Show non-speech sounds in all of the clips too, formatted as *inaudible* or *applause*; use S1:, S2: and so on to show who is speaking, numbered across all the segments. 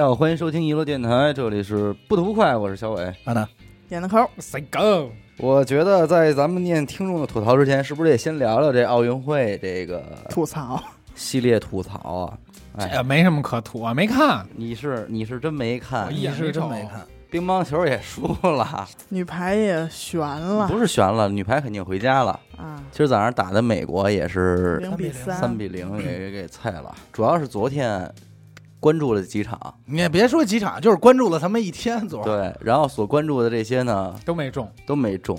S1: 好，欢迎收听娱乐电台，这里是不吐不快，我是小伟。
S2: 阿南，
S3: 点的抠，
S4: 谁更？
S1: 我觉得在咱们念听众的吐槽之前，是不是得先聊聊这奥运会这个
S3: 吐槽， *laughs*
S1: 系列吐槽啊？哎，
S4: 这没什么可吐啊，没看。
S1: 你是你是真没看
S4: 我一
S2: 你
S4: 眼
S2: 是
S4: 哎没
S2: 真
S4: 瞅
S2: 没看，
S1: 乒乓球也输了，
S3: 女排也悬了
S1: *laughs* 不是悬了，女排肯定回家了。
S3: 啊，
S1: 今儿早上打的美国也是
S3: 零比
S1: 三
S3: 三，
S1: 比零也给菜了，主要是昨天关注了几场，
S2: 你也别说几场，就是关注了他们一天左右。
S1: 对，然后所关注的这些呢
S4: 都没中，
S1: 都没中，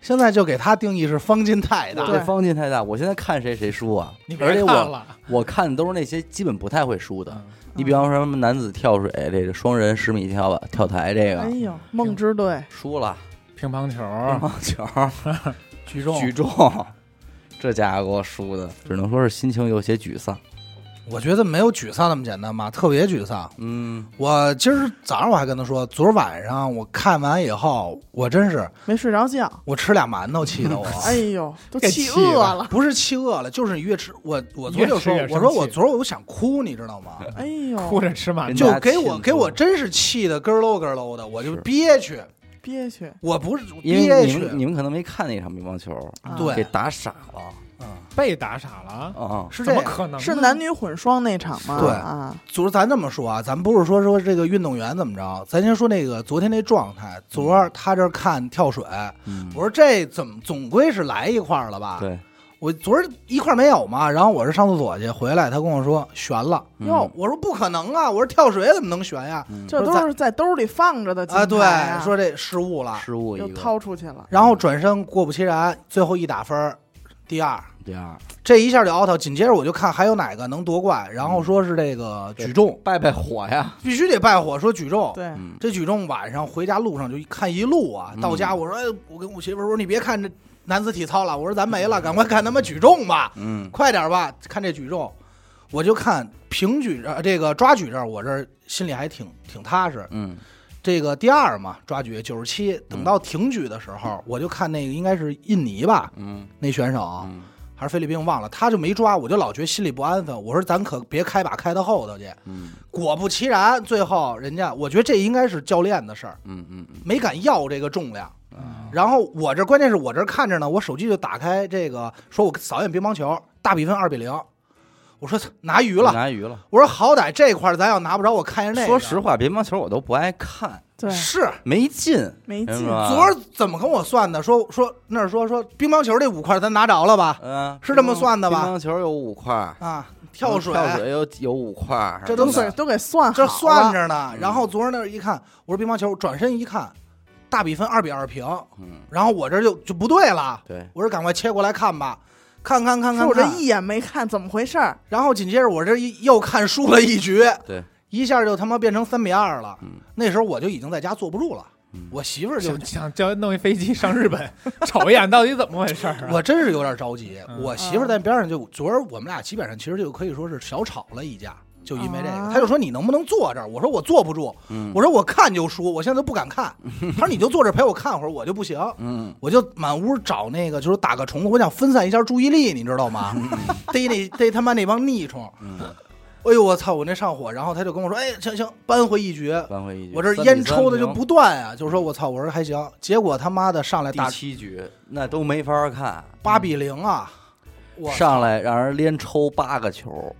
S2: 现在就给他定义是方巾太大
S3: 对，
S1: 这方劲太大，我现在看谁谁输啊
S4: 你，别
S1: 而且
S4: 看
S1: 我
S4: 了。
S1: 我看的都是那些基本不太会输的，
S4: 嗯
S1: 你比方说什么男子跳水这个双人十米跳吧跳台这
S3: 哎
S1: 个
S3: 呦，梦之队
S1: 输了，
S4: 乒乓球、
S1: 乒乓球、 *laughs*
S4: 举重，
S1: 举重，这家伙给我输的，只能说是心情有些沮丧。
S2: 我觉得没有沮丧那么简单吧，特别沮丧。
S1: 嗯，
S2: 我今儿早上我还跟他说，昨儿晚上我看完以后，我真是
S3: 没睡着
S2: *laughs*
S3: 觉，
S2: 我吃俩馒头气的我，
S4: 嗯
S3: 哎呦，都
S4: 给
S3: 气
S4: 气
S3: 饿
S4: 的
S3: 了，
S2: 不是气饿了，就是你越吃我我昨儿就说
S4: 越吃越生气
S2: 我说我昨儿我想哭，你知道吗？
S1: 嗯
S3: 哎呦，
S4: 哭着吃馒
S1: 人
S4: 头。
S2: 就
S1: 家
S2: 给
S1: 气
S2: 我
S1: 得
S2: 给我
S1: 多
S2: 真是气的咯喽咯喽的，我就是憋屈，
S3: 憋屈，
S2: 我不是
S1: 因为
S2: 憋
S1: 你
S2: 屈，
S1: 们你们可能没看那场乒乓球，
S3: 啊
S2: 对
S1: 给打傻了
S2: 嗯
S4: 被打傻了，
S1: 啊！
S2: 是这
S4: 怎么
S2: 样。
S4: 可能呢？
S3: 是男女混双那场吗？
S2: 对
S3: 啊，
S2: 昨儿咱这么说啊，咱不是说说这个运动员怎么着，咱先说那个昨天那状态。昨儿他这儿看跳水，
S1: 嗯
S2: 我说这怎么总归是来一块儿了吧？
S1: 对，
S2: 我昨儿一块儿没有嘛，然后我是上厕所去，回来他跟我说悬了。
S1: 嗯
S3: 哟
S2: 我说不可能啊，我说跳水怎么能悬呀？
S1: 嗯
S3: 这都是在兜里放着的金
S2: 啊，对
S3: 牌啊，
S2: 说这失误了，
S1: 失误
S3: 又
S1: 一个，
S3: 掏出去了，
S2: 然后转身果不其然，最后一打分儿，第二。
S1: 第二
S2: 这一下就 out，紧接着我就看还有哪个能夺冠，然
S1: 嗯
S2: 后说是这个举重，
S1: 拜拜火呀，
S2: 必须得拜火说举重，
S3: 对，
S1: 嗯，
S2: 这举重晚上回家路上就一看一路啊，
S1: 嗯
S2: 到家我说，哎，我跟我媳妇儿说，你别看这男子体操了，我说咱没了，赶快看他妈举重吧，
S1: 嗯，
S2: 快点吧，看这举重，我就看平举呃这个抓举这儿，我这儿心里还挺挺踏实。
S1: 嗯，
S2: 这个第二嘛，抓举九十七，等到挺举的时候，我就看那个应该是印尼吧，
S1: 嗯，
S2: 那选手
S1: 嗯，
S2: 还是菲律宾忘了，他就没抓，我就老觉得心里不安分，我说咱可别开把开到后头去，
S1: 嗯，
S2: 果不其然，最后人家我觉得这应该是教练的事儿。
S1: 嗯，嗯，嗯
S2: 没敢要这个重量。
S1: 啊
S2: 然后我这关键是我这看着呢，我手机就打开这个，说我扫眼乒乓球，大比分二比零。我说拿鱼了，
S1: 拿鱼了。
S2: 我说好歹这块儿咱要拿不着，我看一下那个。
S1: 说实话，啊乒乓球我都不爱看，
S3: 对，
S2: 是
S1: 没劲。
S3: 没
S1: 明
S3: 劲，
S1: 白吧
S2: 昨儿怎么跟我算的？说说那儿说说乒乓球这五块咱拿着了吧？
S1: 嗯，
S2: 是这么算的吧
S1: 乒乓球有五块，
S2: 啊，跳水
S1: 跳水有有五块，
S2: 这
S3: 都
S2: 算
S3: 给都给算
S2: 这
S3: 好
S2: 算
S3: 了，
S2: 着呢。
S1: 嗯
S2: 然后昨儿那儿一看，我说乒乓球，转身一看，大比分二比二平。
S1: 嗯，
S2: 然后我这就就不对了，
S1: 对，
S2: 我说赶快切过来看吧，看看看看
S3: 说
S2: 看。
S3: 我这一眼没看怎么回事儿，
S2: 然后紧接着我这一又看输了一局，
S1: 对，
S2: 一下就他妈变成三比二了。
S1: 嗯
S2: 那时候我就已经在家坐不住了，
S1: 嗯
S2: 我媳妇儿就
S4: 想想叫弄一飞机上日本， *laughs* 瞅一眼到底怎么回事儿啊？
S2: *laughs* 我真是有点着急。
S4: 嗯
S2: 我媳妇儿在边上就昨儿我们俩基本上其实就可以说是小吵了一架，就因为这个
S3: 啊，
S2: 她就说你能不能坐这儿？我说我坐不住，
S1: 嗯，
S2: 我说我看就输，我现在都不
S1: *laughs*
S2: 敢看。她说你就坐这儿陪我看会儿，我就不行。
S1: 嗯，
S2: 我就满屋找那个，就是打个虫子，我想分散一下注意力，你知
S1: *laughs*
S2: 道吗？逮那逮他妈那帮逆虫，
S1: 嗯，
S2: 哎呦我操，我那上火，然后他就跟我说，哎行行，扳回一局，
S1: 扳回一局。
S2: 我这
S1: 哎三比
S2: 烟
S1: 三
S2: 抽的就
S1: 平
S2: 不断啊，就是说我操，我说还行，结果他妈的上来
S1: 第
S2: 打
S1: 七局那都没法看，
S2: 八比零啊，我
S1: 上来让人连抽八个球，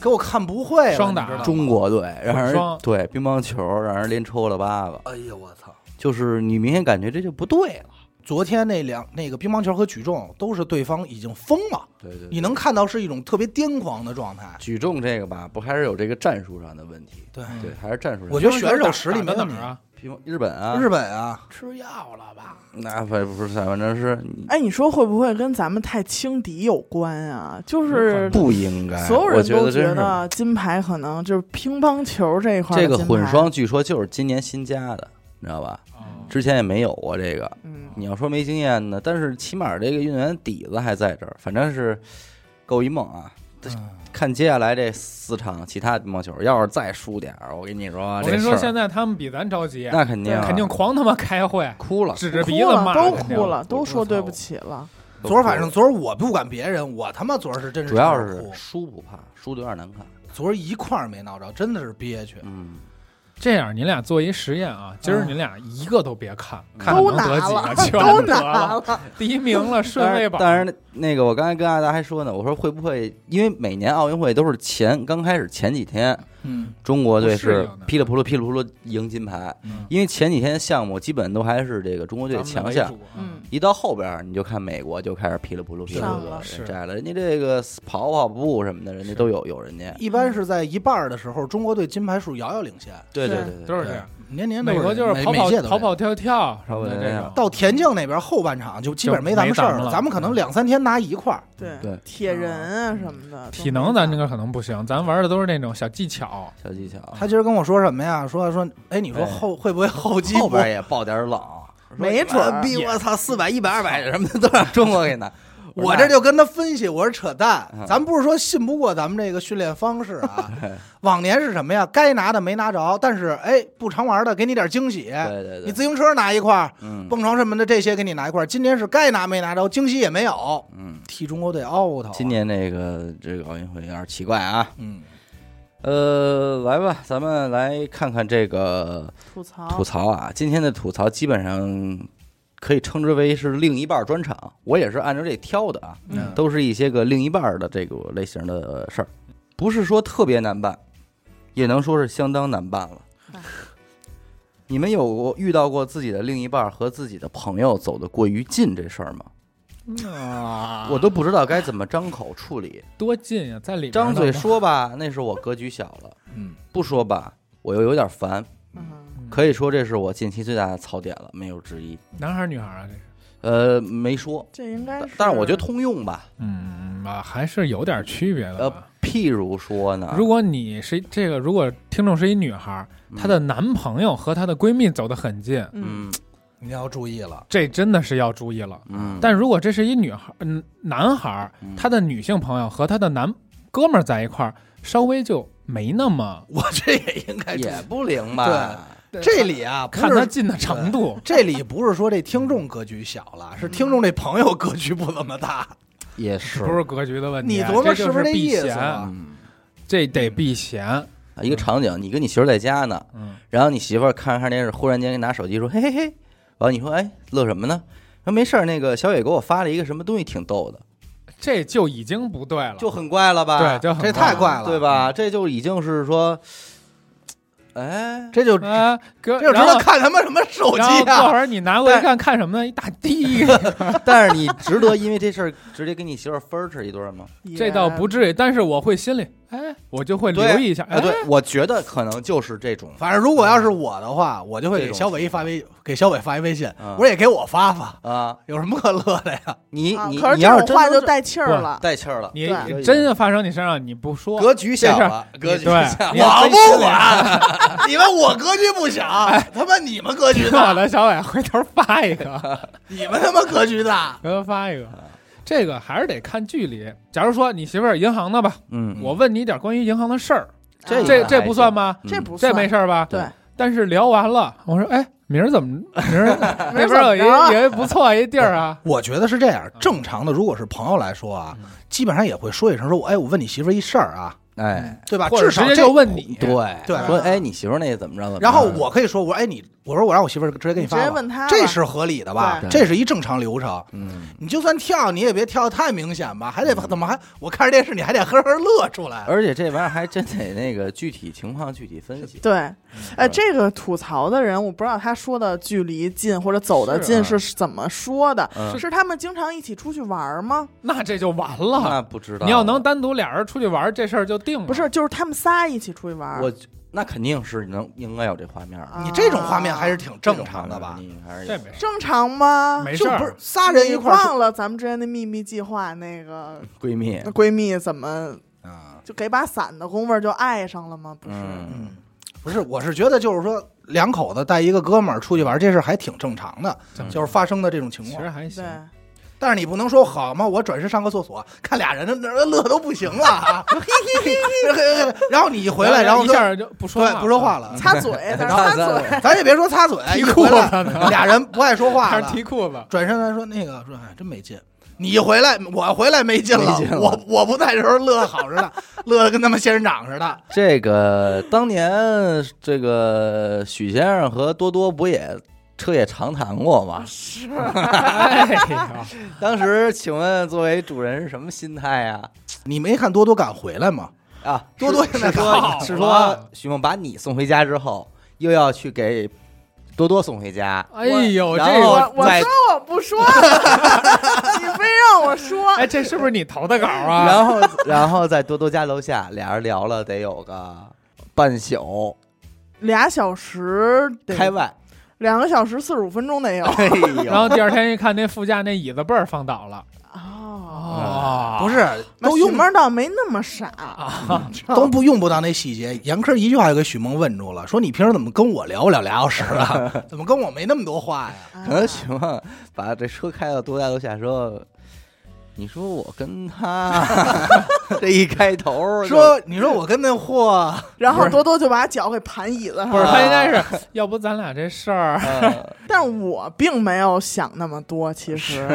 S2: 给我看不会了，
S4: 双打
S2: 你知道吗
S1: 中，国队让
S4: 混
S1: 人
S4: 双
S1: 对乒乓球让人连抽了八个，
S2: 哎呦我操，
S1: 就是你明显感觉这就不对了。
S2: 昨天那两那个乒乓球和举重都是对方已经疯了，
S1: 对对
S2: 你能看到是一种特别癫狂的状态，
S1: 举重这个吧，不还是有这个战术上的问题？
S2: 对，
S4: 嗯
S1: 对，还是战术上。
S2: 我觉得选手实力没
S4: 打到
S2: 问题
S4: 哪儿。啊？
S1: 乒乓日本啊，
S2: 日本啊，
S4: 吃药了吧？
S1: 那反不是反正是你
S3: 哎，你说会不会跟咱们太轻敌有关啊？就是
S1: 不应该，
S3: 所有
S1: 我
S3: 人
S1: 觉
S3: 都
S1: 得真
S3: 觉
S1: 是
S3: 得金牌可能就是乒乓球这一块儿
S1: 这
S3: 的
S1: 个
S3: 金
S1: 混
S3: 牌，
S1: 双据说就是今年新加的，你知道吧？
S4: 哦
S1: 之前也没有过这个。
S3: 嗯，
S1: 你要说没经验呢，但是起码这个运动员底子还在这儿，反正是够一梦啊。
S2: 嗯
S1: 看接下来这四场其他乒乓球，要是再输点儿，我跟你说
S4: 我
S1: 啊这
S4: 跟你
S1: 事
S4: 说，
S1: 儿，
S4: 现在他们比咱着急，
S1: 那肯定啊啊
S4: 肯定狂他妈开会，
S1: 哭了。
S4: 指着鼻
S3: 哭
S4: 子
S3: 了，
S4: 骂，
S3: 都
S4: 肯定
S3: 哭了，都说
S2: 我操
S3: 对不起了。
S1: 都
S2: 昨儿反
S1: 哭
S2: 正
S1: 了
S2: 昨儿我不管别人，我他妈昨儿是真是
S1: 主要
S2: 哭
S1: 是输不怕，输的有点难看。
S2: 昨儿一块儿没闹着，真的是憋屈。
S1: 嗯，
S4: 这样，你俩做一实验啊，今儿你俩一个都别看，看
S3: 都
S4: 能
S3: 拿
S4: 得几个， *laughs*
S3: 了
S4: 全
S3: 都
S4: 得
S3: 拿
S4: 了，
S3: 了，
S4: 第一名了，顺
S1: *laughs* 但
S4: 位
S1: 是
S4: 榜。
S1: 但是那那个我刚才跟阿达还说呢，我说会不会因为每年奥运会都是前刚开始前几天，
S2: 嗯
S1: 中国队是
S4: 不适应的
S1: 噼里扑噜噼里扑噜赢金牌，
S2: 嗯
S1: 因为前几天项目基本都还是这个中国队
S4: 咱们的
S1: 强
S4: 为
S1: 项
S4: 主。啊，
S3: 嗯，
S1: 一到后边儿，你就看美国就开始噼里扑噜噼里
S3: 上
S1: 扑
S3: 了
S1: 噜
S4: 是
S1: 摘了，人家这个跑跑步什么的，人家
S4: 是
S1: 都有有人家。
S2: 一般是在一半儿的时候，中国队金牌数遥遥领先，
S1: 对
S3: 对
S1: 对对，
S4: 都是这
S1: 对
S4: 样。
S2: 年年都
S4: 美国就是
S2: 每
S4: 跑
S2: 每
S4: 跑
S2: 届都
S4: 跑
S2: 这样
S4: 跑跳跳什么的
S1: 对
S4: 这种，
S2: 到田径那边后半场就基本没咱们事儿
S4: 就没咱们
S2: 了，
S4: 了嗯
S2: 咱们可能两三天拿一块儿，
S3: 对
S1: 对
S3: 铁人啊什么的，
S4: 体能咱这个可能不行，咱玩的都是那种小技巧。
S1: 小技巧。
S2: 他今儿跟我说什么呀？说说，哎，你说
S1: 哎
S2: 后会不会后肌
S1: 后
S2: 不
S1: 边也爆点儿冷，说
S3: 没准儿
S1: 妈逼 *laughs* 我操四百一百二 *laughs* 百什么的都让中国 *laughs* 给拿。
S2: 我这就跟他分析，我说扯淡
S1: 嗯，
S2: 咱不是说信不过咱们这个训练方式
S4: *laughs*
S2: 啊。往年是什么呀？该拿的没拿着，但是哎，不常玩的给你点惊喜。
S1: 对对对，
S2: 你自行车拿一块儿，
S1: 嗯
S2: 蹦床什么的这些给你拿一块儿。今年是该拿没拿着，惊喜也没有，
S1: 嗯，
S2: 替中国队 out 啊。
S1: *laughs* 今年那个这个奥运会有点奇怪啊。
S2: 嗯，
S1: 呃，来吧，咱们来看看这个
S3: 吐槽
S1: 吐槽啊。今天的吐槽基本上可以称之为是另一半儿专场，我也是按照这挑的啊，
S3: 嗯
S1: 都是一些个另一半儿的这个类型的事儿，不是说特别难办，也能说是相当难办了
S3: 哎。
S1: *laughs* 你们有过遇到过自己的另一半儿和自己的朋友走得过于近这事儿吗？
S2: 嗯
S4: 啊
S1: 我都不知道该怎么张口处理。
S4: 多近呀，在里面呢
S1: 张嘴，说吧，那是我格局小了；
S2: 嗯，
S1: 不说吧，我又有点烦。
S3: 嗯
S1: 可以说这是我近期最大的槽点了，没有之一。
S4: 男孩儿女孩儿啊，这是，
S1: 呃，没说，
S3: 这应该
S1: 但
S3: 是，
S1: 但是我觉得通用吧。
S4: 嗯啊，还是有点区别的
S1: 呃
S4: 吧。，
S1: 譬如说呢，
S4: 如果你是这个，如果听众是一女孩儿，
S1: 啊嗯
S4: 她的男朋友和她的闺蜜走得很近，
S3: 嗯，
S1: 嗯
S2: 你要注意了。
S4: 这真的是要注意了。
S1: 嗯，
S4: 但如果这是一女孩，嗯，男孩儿
S1: 嗯，
S4: 他的女性朋友和他的男哥们儿在一块儿，稍微就没那么
S2: 我这也应该注意
S1: 也不灵吧？
S2: 这里啊，不
S4: 看
S2: 是
S4: 他近的程度。
S2: 这里不是说这听众格局小
S1: 嗯
S2: 了，是听众这朋友格局不怎么大。
S1: 也是
S4: 不是格局的问题，啊
S2: 你琢磨
S4: 这
S2: 是
S4: 就
S2: 不是
S4: 是
S2: 这
S4: 避
S2: 意思
S4: 嫌？
S2: 啊
S1: 嗯
S4: 这得避嫌。
S1: 啊一个场景，你跟你媳妇儿在家呢，
S4: 嗯，
S1: 然后你媳妇儿看着看着电视，忽然间拿手机说：“嘿嘿嘿。”完，你说：“哎，乐什么呢？”说：“没事儿，那个小伟给我发了一个什么东西，挺逗的，
S4: 这就已经不对了，
S1: 就很怪了吧？
S4: 对，就很
S2: 这太
S4: 怪
S2: 怪了，
S1: 对？吧？这就已经是说，哎，
S2: 这就
S4: 了。啊，哥，
S2: 这就知
S4: 然
S2: 道
S4: 后
S2: 看他妈什么手机
S4: 然后过
S2: 啊！
S4: 会儿你拿过一看，看什么呢？一大滴，
S1: 但是你值得因为这事儿直接跟你媳妇儿分儿吃一顿吗？
S3: 也
S4: 这倒不至于，但是我会心里，哎，我就会留意一下，
S1: *laughs* 哎，
S4: 哎，
S1: 对，我觉得可能就是这种，
S2: 反正如果要是我的话，我就会
S1: 这
S2: 给
S1: 种
S2: 小伟一发微，给小伟发一微信，
S1: 嗯
S2: 我说也给我发发，
S1: 啊，
S2: 有什么可乐的呀？
S1: 你
S3: 啊
S1: 你
S3: 可是
S1: 你
S3: 这
S1: 要
S3: 种
S1: 真
S3: 话就
S1: 带
S3: 带气儿了，
S1: 带气儿了，
S4: 你
S3: 对
S4: 真发生你身上，你不说，
S1: 格局小了，格局
S4: 对
S1: 小
S4: 你要
S2: 我
S4: 分析
S1: *laughs*
S2: 不管，你们我格局不小，
S1: 哎
S2: 他妈你们格 *laughs* 局
S4: 我
S2: 大，
S4: 的啊小伟回头发一个，
S2: 你们他妈格局大。
S4: 回头发一个。
S2: 啊
S4: 这个还是得看距离。假如说你媳妇儿银行的吧，
S1: 嗯，
S4: 我问你点关于银行的事儿，
S1: 这
S3: 啊
S4: 这这不算吧？
S1: 嗯
S3: 这不
S4: 这
S3: 算
S4: 没事儿吧？
S3: 对，
S4: 但是聊完了，我说，哎，明儿怎么明儿
S2: *laughs*
S4: 那边有
S3: 明儿怎么
S4: 一有一不错一地儿啊，
S2: 我觉得是这样，正常的，如果是朋友来说啊，基本上也会说一声说，哎，我问你媳妇儿一事儿啊，
S1: 哎，
S2: 对吧？
S4: 或者
S2: 至
S4: 直
S2: 少
S4: 接
S2: 这
S4: 就问你，
S1: 对，
S2: 对
S1: 说哎，你媳妇儿那怎么着了？
S2: 然后我可以说，我说哎你，我说我让我媳妇儿直接给
S3: 你直
S2: 发吧，
S3: 接问他吧，
S2: 这是合理的吧？
S1: 对
S2: 这是一正常流程。
S1: 嗯，
S2: 你就算跳，你也别跳得太明显吧，还得怎么还？我看着电视，你还得呵呵乐出来。
S1: 而且这玩意儿还真得那个具体情况具体分析，
S3: 对，
S1: 对
S3: 哎，这个吐槽的人，我不知道他说的距离近或者走得近
S1: 是
S3: 是怎么说的？
S1: 嗯，
S3: 是他们经常一起出去玩吗？
S4: 那这就完了。
S1: 那不知道啊
S4: 你要能单独俩人出去玩，这事儿就定了。
S3: 不是，就是他们仨一起出去玩。
S1: 我那肯定是能应该有这画面儿，
S3: 啊
S2: 你这种画面还是挺正常的吧？
S1: 你还是
S4: 这没事
S3: 正常吗？
S4: 儿，没
S2: 就
S4: 事
S2: 不是
S4: 儿。
S2: 仨人
S3: 你
S2: 一块儿
S3: 忘了咱们之间的秘密计划，那个
S1: 嗯闺蜜，
S3: 闺蜜怎么
S2: 啊？
S3: 就给把伞的功夫就爱上了吗？不是，
S1: 嗯
S2: 嗯，不是，我是觉得就是说，两口子带一个哥们儿出去玩，这事儿还挺正常的，
S4: 正常
S2: 就是发生的这种情
S4: 其
S2: 况
S4: 实。还行
S3: 对，，
S2: 但是你不能说好嘛，我转身上个厕所，看俩人那乐都不行了啊， *laughs* 然后你一回来， *laughs* 然后
S4: 一
S2: 说
S4: 下就不说
S2: 对不说话了，嗯
S3: 擦嘴，但是擦嘴，
S2: 咱也别说 *laughs* 擦嘴，
S4: 提
S2: 一
S4: 裤
S2: 回
S4: 子
S2: 来
S4: 呢，
S2: 俩人不爱说话
S4: 还
S2: 了 *laughs*
S4: 是，提裤子。
S2: 转身来说那个说，哎，真没劲。你回来，我回来没劲了，
S1: 没劲了
S2: 我我不在的时候乐得好 *laughs* 似的，乐得跟他妈仙人掌似的。
S1: 这个当年这个许先生和多多不也彻夜长谈过
S2: 啊
S1: 吗？
S4: 哎呀，
S1: 当时请问作为主人是什么心态呀、
S2: 你没看多多敢回来吗？
S1: 啊？啊，
S2: *laughs* 多多
S1: 是
S2: 现在
S1: 说
S4: 好
S1: 是
S4: 了
S1: 说许梦把你送回家之后，又要去给多多送回家，
S4: 哎呦，
S1: 然
S4: 这
S1: 后
S4: 个
S3: 我我
S1: 在
S3: 说我不说了， *laughs* 你非让我说， *laughs*
S4: 哎，这是不是你投的稿啊？
S1: 然后然后在多多家楼下，俩人聊了得有个半宿
S3: 俩小时得
S1: 开
S2: *laughs*
S1: 外，
S3: 两个小时四十五分钟得
S1: *laughs*
S3: 有
S1: 哎呦，
S4: 然后第二天一看，那副驾那椅子背儿放倒了。
S3: 哦。
S4: 哦，
S2: 不是都用
S3: 媳妇儿倒没那么傻，
S2: 都不用不到那细节。严科一句话就给许梦问住了，说你平时怎么跟我聊不了俩小时 *laughs* 啊？怎么跟我没那么多话呀？
S3: 啊
S1: 可能许梦把这车开到多家楼下说。你说我跟 *laughs* 他这一开头就
S2: 说你说我跟
S3: *laughs*
S2: 那货，
S3: 然后多多就把脚给盘椅子上
S4: 不是，
S3: 了。
S4: 他应该是，要不咱俩这事儿，
S1: 呃
S3: 但是我并没有想那么多，其实，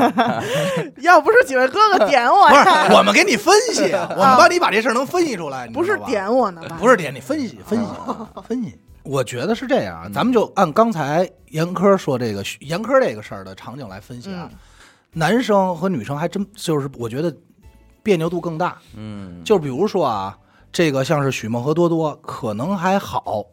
S3: *laughs* 要不是几位哥哥点我
S2: 不
S3: 呀，
S2: 是我们给你分析，我们帮你把这事儿能分析出来，你
S3: 不
S2: 知
S3: 是
S2: 道吧
S3: 点我呢吧？
S2: 不是点你分析分析 *laughs* 分析。我觉得是这样啊，咱们就按刚才严科说这个许严科这个事儿的场景来分析啊
S3: 嗯。，
S2: 男生和女生还真就是，我觉得别扭度更大。
S1: 嗯，
S2: 就比如说啊，这个像是许梦和多多可能还好，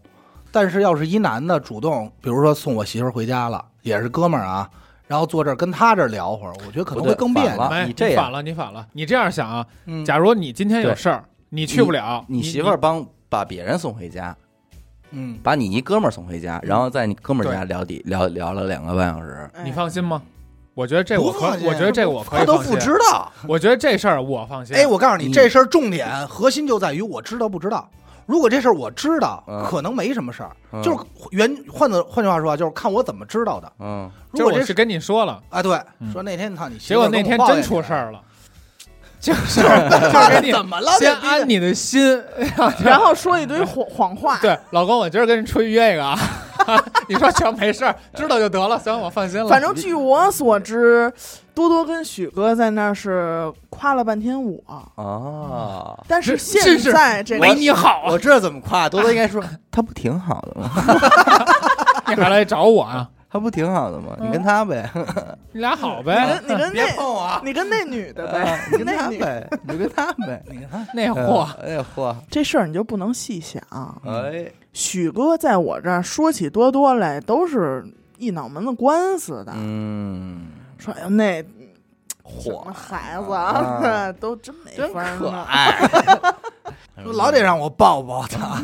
S2: 但是要是一男的主动，比如说送我媳妇儿回家了，也是哥们儿啊，然后坐这儿跟他这儿聊会儿，我觉得可能会更别
S1: 不对
S2: 扭
S1: 反。了
S4: 哎
S1: 你
S4: 你
S1: 这样
S4: 反了，你反了，你这样想啊，
S2: 嗯
S4: 假如你今天有
S1: 对
S4: 事儿，你去不了，
S1: 你媳妇儿帮把别人送回家，
S2: 嗯，
S1: 把你一哥们儿送回家，然后在你哥们儿家聊底聊聊了两个半小时，
S3: 哎
S4: 你放心吗？我觉得这
S2: 不
S4: 我可，
S2: 放心
S4: 我觉得这我可
S2: 他
S4: 以
S2: 都
S4: 放
S2: 不
S4: 心。
S2: 知道。
S4: 我觉得这事儿我放心。
S2: 哎，我告诉你，
S1: 你
S2: 这事儿重点核心就在于我知道不知道。如果这事儿我知道
S1: 嗯，
S2: 可能没什么事儿，
S1: 嗯
S2: 就是原换的换句话说啊，就是看我怎么知道的。
S1: 嗯，
S4: 就
S2: 如
S4: 是
S2: 果
S4: 我
S2: 这
S4: 是
S2: 事
S4: 跟你说了，
S2: 啊，对，
S4: 嗯
S2: 说那天操你媳
S4: 结
S2: 妇
S4: 果
S2: 儿
S4: 那
S2: 跟我
S4: 天
S2: 抱怨
S4: 真
S2: 起
S4: 出
S2: 来
S4: 事，儿了，就是 *laughs* 就是给
S2: 怎
S4: 你
S2: 么了？
S4: 先
S2: 这逼
S4: 安你的心，
S3: 然后说一堆谎谎话，
S4: *laughs* 对，老公，我今儿跟你出去约一个啊， *laughs* 你说行，没事儿，知道就得了，行，我放心了。
S3: 反正据我所知，多多跟许哥在那儿是夸了半天我，
S1: 嗯哦，
S3: 但是
S4: 是
S3: 现
S4: 是
S3: 在这个
S4: 为你好啊
S1: 我，知道怎么夸，多多应该说 *laughs* 他不挺好的吗？
S4: 你还来找我啊？
S1: 他不挺好的吗？
S4: 嗯
S1: 你跟他呗，
S4: 你俩好
S3: 你
S4: 呗，
S3: 跟你跟
S2: 别
S3: 那
S2: 碰我啊！
S3: 你跟那女的呗
S1: 哎，*laughs*
S3: 你
S1: 你
S3: 跟
S1: 跟
S3: 那
S1: 他
S3: 女
S1: 呗，你跟他呗。
S2: 你看，
S4: 那货
S1: 哎呀嚯，
S3: 这事儿你就不能细想。
S1: 哎，
S3: 许哥在我这儿说起多多来，都是一脑门子官司的，
S1: 嗯，
S3: 说哎呦那什
S1: 嚯
S3: 么，孩子
S1: 啊
S3: *laughs* 都真没
S1: 真
S3: 法儿
S1: 可
S3: 弄
S1: 爱，
S2: 老得让我抱抱他。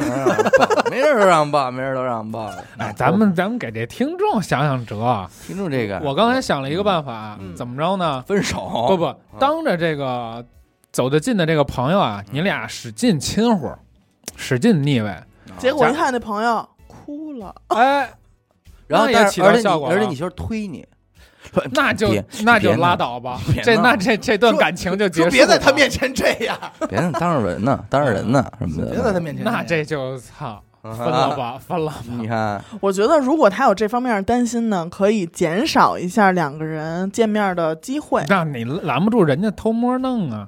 S1: 没人让抱，没人都让抱，没人都让抱。
S4: 哎，咱们咱们给这听众想想辙啊。
S1: 听众这个，
S4: 我刚才想了一个办法
S1: 哎
S4: 啊
S1: 嗯，哦
S4: 怎么着呢？
S1: 分手，
S4: 不不，当着这个走得近的这个朋友啊，
S1: 嗯
S4: 你俩使劲亲乎，使劲腻歪，
S3: 结果一看那朋友哭了，
S1: 哦
S4: 哎，
S1: 然后
S4: 那也
S1: 但是
S4: 起到
S1: 而且
S4: 效
S1: 你
S4: 果
S1: 而且
S4: 了
S1: 你媳妇儿推你，
S4: 那就
S1: 呃别
S4: 那
S1: 别
S4: 就
S1: 闹
S4: 拉倒吧
S1: *laughs* 别，
S4: 这
S1: 闹
S4: 那这这段
S2: 说
S4: 感情就结束了。
S2: 说别在他面前这样，
S1: 别弄当着人呢，当着人呢什么的。
S2: 别在他面前样。
S4: 那这就操，
S1: 啊
S4: 分了吧，分了吧。
S1: 你看，
S3: 我觉得如果他有这方面的担心呢，可以减少一下两个人见面的机会。
S4: 那你拦不住人家偷摸弄啊！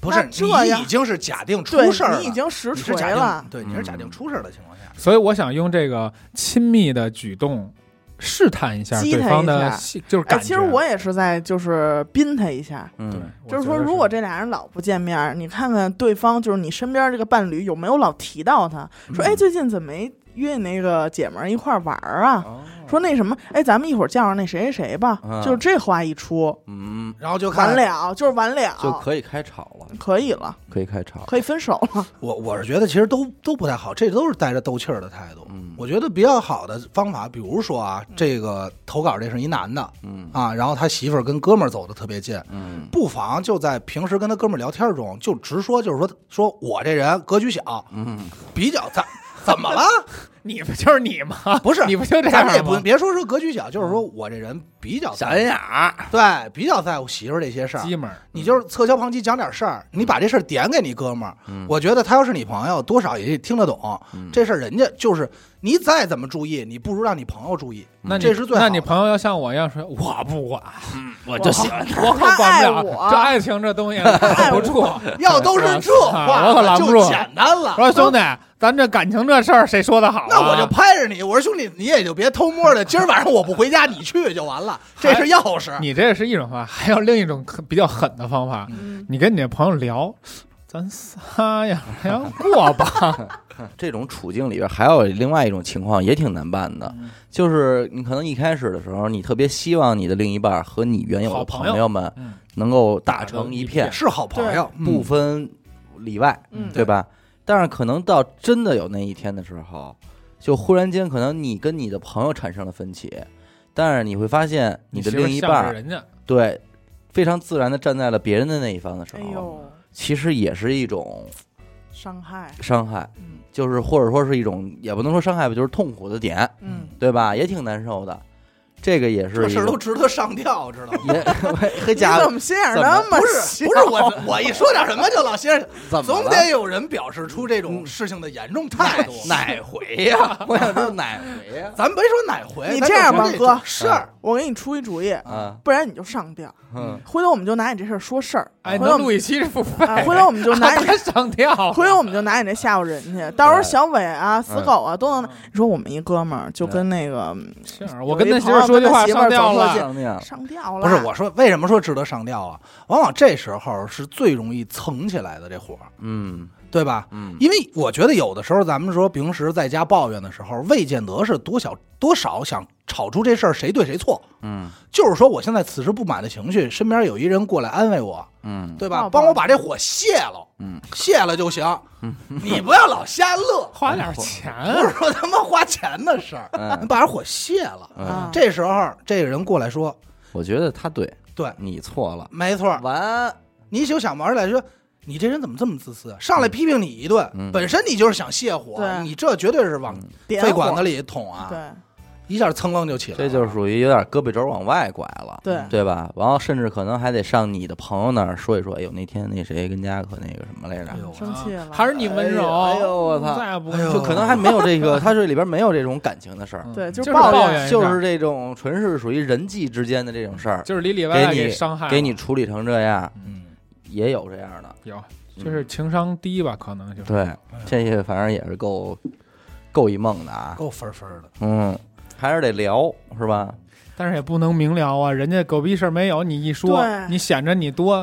S2: 不是
S3: 那这样
S2: 你已经是假定
S3: 对
S2: 出事儿了，
S3: 你已经实
S2: 你是
S3: 锤
S2: 假定
S3: 了，哎
S2: 对，你是假定出事儿的情况下，
S4: 所以我想用这个亲密的举动试探一下
S3: 激他
S4: 对方
S3: 一
S4: 的
S3: 下
S4: 心，就是
S3: 哎，
S4: 感觉。
S3: 其实我也是在就是宾他一下，
S1: 嗯，
S4: 对，
S3: 就是
S4: 我
S3: 说
S4: 觉得
S3: 如果这俩人老不见面儿，你看看对方就是你身边这个伴侣有没有老提到他，说哎最近怎么没约你那个姐们儿一块儿玩儿啊？
S1: 哦
S3: 说那什么，哎，咱们一会儿叫上那谁谁谁吧，
S1: 啊
S3: 就是这话一出，
S1: 嗯，
S2: 然后就看
S3: 完了，就是完了，
S1: 就可以开吵了，
S3: 可以了，
S1: 可以开吵。
S3: 可以分手了。
S2: 我我是觉得其实都都不太好，这都是带着斗气儿的态度。
S1: 嗯
S2: 我觉得比较好的方法，比如说啊，这个投稿这是一男的
S1: 嗯
S2: 啊，然后他媳妇儿跟哥们儿走的特别近，
S1: 嗯
S2: 不妨就在平时跟他哥们儿聊天中就直说，就是说说我这人格局小，
S1: 嗯，
S2: 比较咱怎么了？
S4: 你不就是你吗？
S2: 不是
S4: 啊你不就这
S2: 咱
S4: 样吗？
S2: 们也不别说说格局小，就是说我这人比较
S1: 小
S2: 在
S1: 心
S2: 乎
S1: 眼儿，
S2: 对，比较在乎媳妇儿这些事儿。
S4: 鸡门儿，
S2: 你就是侧敲旁击讲点事儿，你把这事儿点给你哥们儿，
S1: 嗯
S2: 我觉得他要是你朋友，多少也听得懂。
S1: 嗯
S2: 这事儿人家就是你再怎么注意，你不如让你朋
S1: *laughs*
S2: 友注意，
S4: 那你
S2: 嗯这是最好
S4: 那
S2: 的。
S4: 你朋友要像我一样说，我不管，
S1: 我
S3: 就喜
S1: 欢
S4: 我可管不
S3: 他爱我
S4: 了。这爱情这东西管不住。我
S2: 要都是这话，
S4: 我可拦不住
S2: 就简单了。
S4: 说兄弟，咱这感情这事儿谁说的好啊？
S2: 那我就拍着你，我说兄弟，你也就别偷摸的，今儿晚上我不回家，你去就完了，这
S1: 哎
S2: 是钥匙。
S4: 你这是一种方法，还有另一种可比较狠的方法，
S3: 嗯
S4: 你跟你的朋友聊，咱仨呀，要不然过吧。
S1: 这种处境里边，还有另外一种情况也挺难办的，就是你可能一开始的时候，你特别希望你的另一半和你原有的
S4: 好朋友
S1: 朋友们
S4: 嗯
S1: 能够打成一片，
S2: 是好
S3: 哎
S2: 朋友，嗯
S1: 不分里外，
S3: 嗯，
S1: 对吧？但是可能到真的有那一天的时候，就忽然间可能你跟你的朋友产生了分歧，但是你会发现你的
S4: 媳妇儿啊
S1: 另一
S4: 向着
S1: 半
S4: 人家
S1: 对非常自然的站在了别人的那一方的时
S3: 哎
S1: 候，
S3: 呦，
S1: 其实也是一种
S3: 伤害，
S1: 伤害，
S3: 嗯
S1: 就是或者说是一种也不能说伤害吧，就是痛苦的点。
S3: 嗯，
S1: 对吧？也挺难受的。这个也是
S2: 这
S1: 一
S2: 事儿
S1: 个
S2: 都值得上吊，知道
S1: *laughs*
S3: *laughs*
S2: 吗？
S1: 也黑
S3: 你
S1: 家
S3: 怎
S1: 伙
S3: 么心眼儿
S1: 怎么
S3: 那么
S2: 不是
S3: 小
S2: 不是我我一说点什么就老先生，
S1: 怎么
S2: 总
S1: 了
S2: 得有人表示出这种事情的严重态度。
S1: 哪回呀、
S2: *laughs*
S1: 我想知道哪回呀、
S2: 咱别说哪回，
S3: 你
S2: 咱
S3: 这样吧
S2: 就说
S3: 哥
S2: 事儿
S3: 我给你出一主意，
S1: 啊？啊，
S3: 不然你就上吊。
S1: 嗯，
S3: 回头我们就拿你这事儿说事儿，
S4: 哎，
S3: 回头
S4: 能
S3: 我们
S4: 录一哎期是付费
S3: 啊，回头我们就
S4: *laughs*
S3: 拿你
S4: 他上
S3: *laughs*
S4: 吊，
S3: 回头我们就拿你这吓唬人去，到时候小伟啊、死狗啊都能拿。你说我们一哥们儿就跟那个
S4: 是啊我跟他媳妇儿说句话上吊
S3: 有一朋友跟他媳妇儿走啊
S4: 了，
S1: 像那样，
S3: 上吊了，
S2: 不是我说，为什么说值得上吊啊？往往这时候是最容易蹭起来的这火，
S1: 嗯
S2: 对吧？
S1: 嗯，
S2: 因为我觉得有的时候，咱们说平时在家抱怨的时候，未见得是多小多少想吵出这事儿谁对谁错，
S1: 嗯
S2: 就是说我现在此时不满的情绪，身边有一人过来安慰我，
S1: 嗯，
S3: *laughs*
S2: 对吧？
S3: 抱抱
S2: 帮我把这火泄了， *laughs*
S1: 嗯，
S2: 泄了就行。你不要老瞎乐，
S4: 花点钱
S3: 嗯
S4: 啊
S2: 不是说他妈花钱的事儿，
S1: 嗯
S2: 你把这火泄了。
S1: 嗯，
S3: 啊，
S2: 这时候这个人过来说
S1: 我觉得他对，
S2: 对
S1: 你错了：“，
S2: 没错，
S1: 完，
S2: 你就想玩来说，你这人怎么这么自私啊？上来批评你一顿，
S1: 嗯
S2: 本身你就是想泄火，
S3: 对
S2: 你这绝对是往
S3: 点
S2: 肺管
S3: 火
S2: 子里捅啊！
S3: 对
S2: 一下蹭楞就起来了。
S1: 这就是属于有点胳膊肘往外拐了，
S3: 对
S1: 对吧？然后甚至可能还得上你的朋友那儿说一说，哎呦，那天那谁跟家可那个什么来着
S2: 哎，呦
S3: 生气了，
S4: 还是你温柔，嗯
S1: 哎呦哎呦我操
S4: 再不
S2: 哎呦
S1: 就可能还没有这个，他这里边没有这种感情的事儿，
S3: 对就
S4: 就是是
S3: 抱
S4: 嗯
S3: 怨
S4: 怨一下，
S1: 就是这种纯是属于人际之间的这种事儿，
S4: 就是里里外外
S1: 给你
S4: 伤害了，
S1: 给你处理成这样，
S2: 嗯，
S1: 也有这样的。嗯
S4: 有，嗯就是情商低吧，可能就是。
S1: 对，这些反正也是够够一梦的啊。
S2: 够分分的。
S1: 嗯，还是得聊，是吧？
S4: 但是也不能明聊啊，人家狗逼事儿没有，你一说
S3: 对，
S4: 你显着你多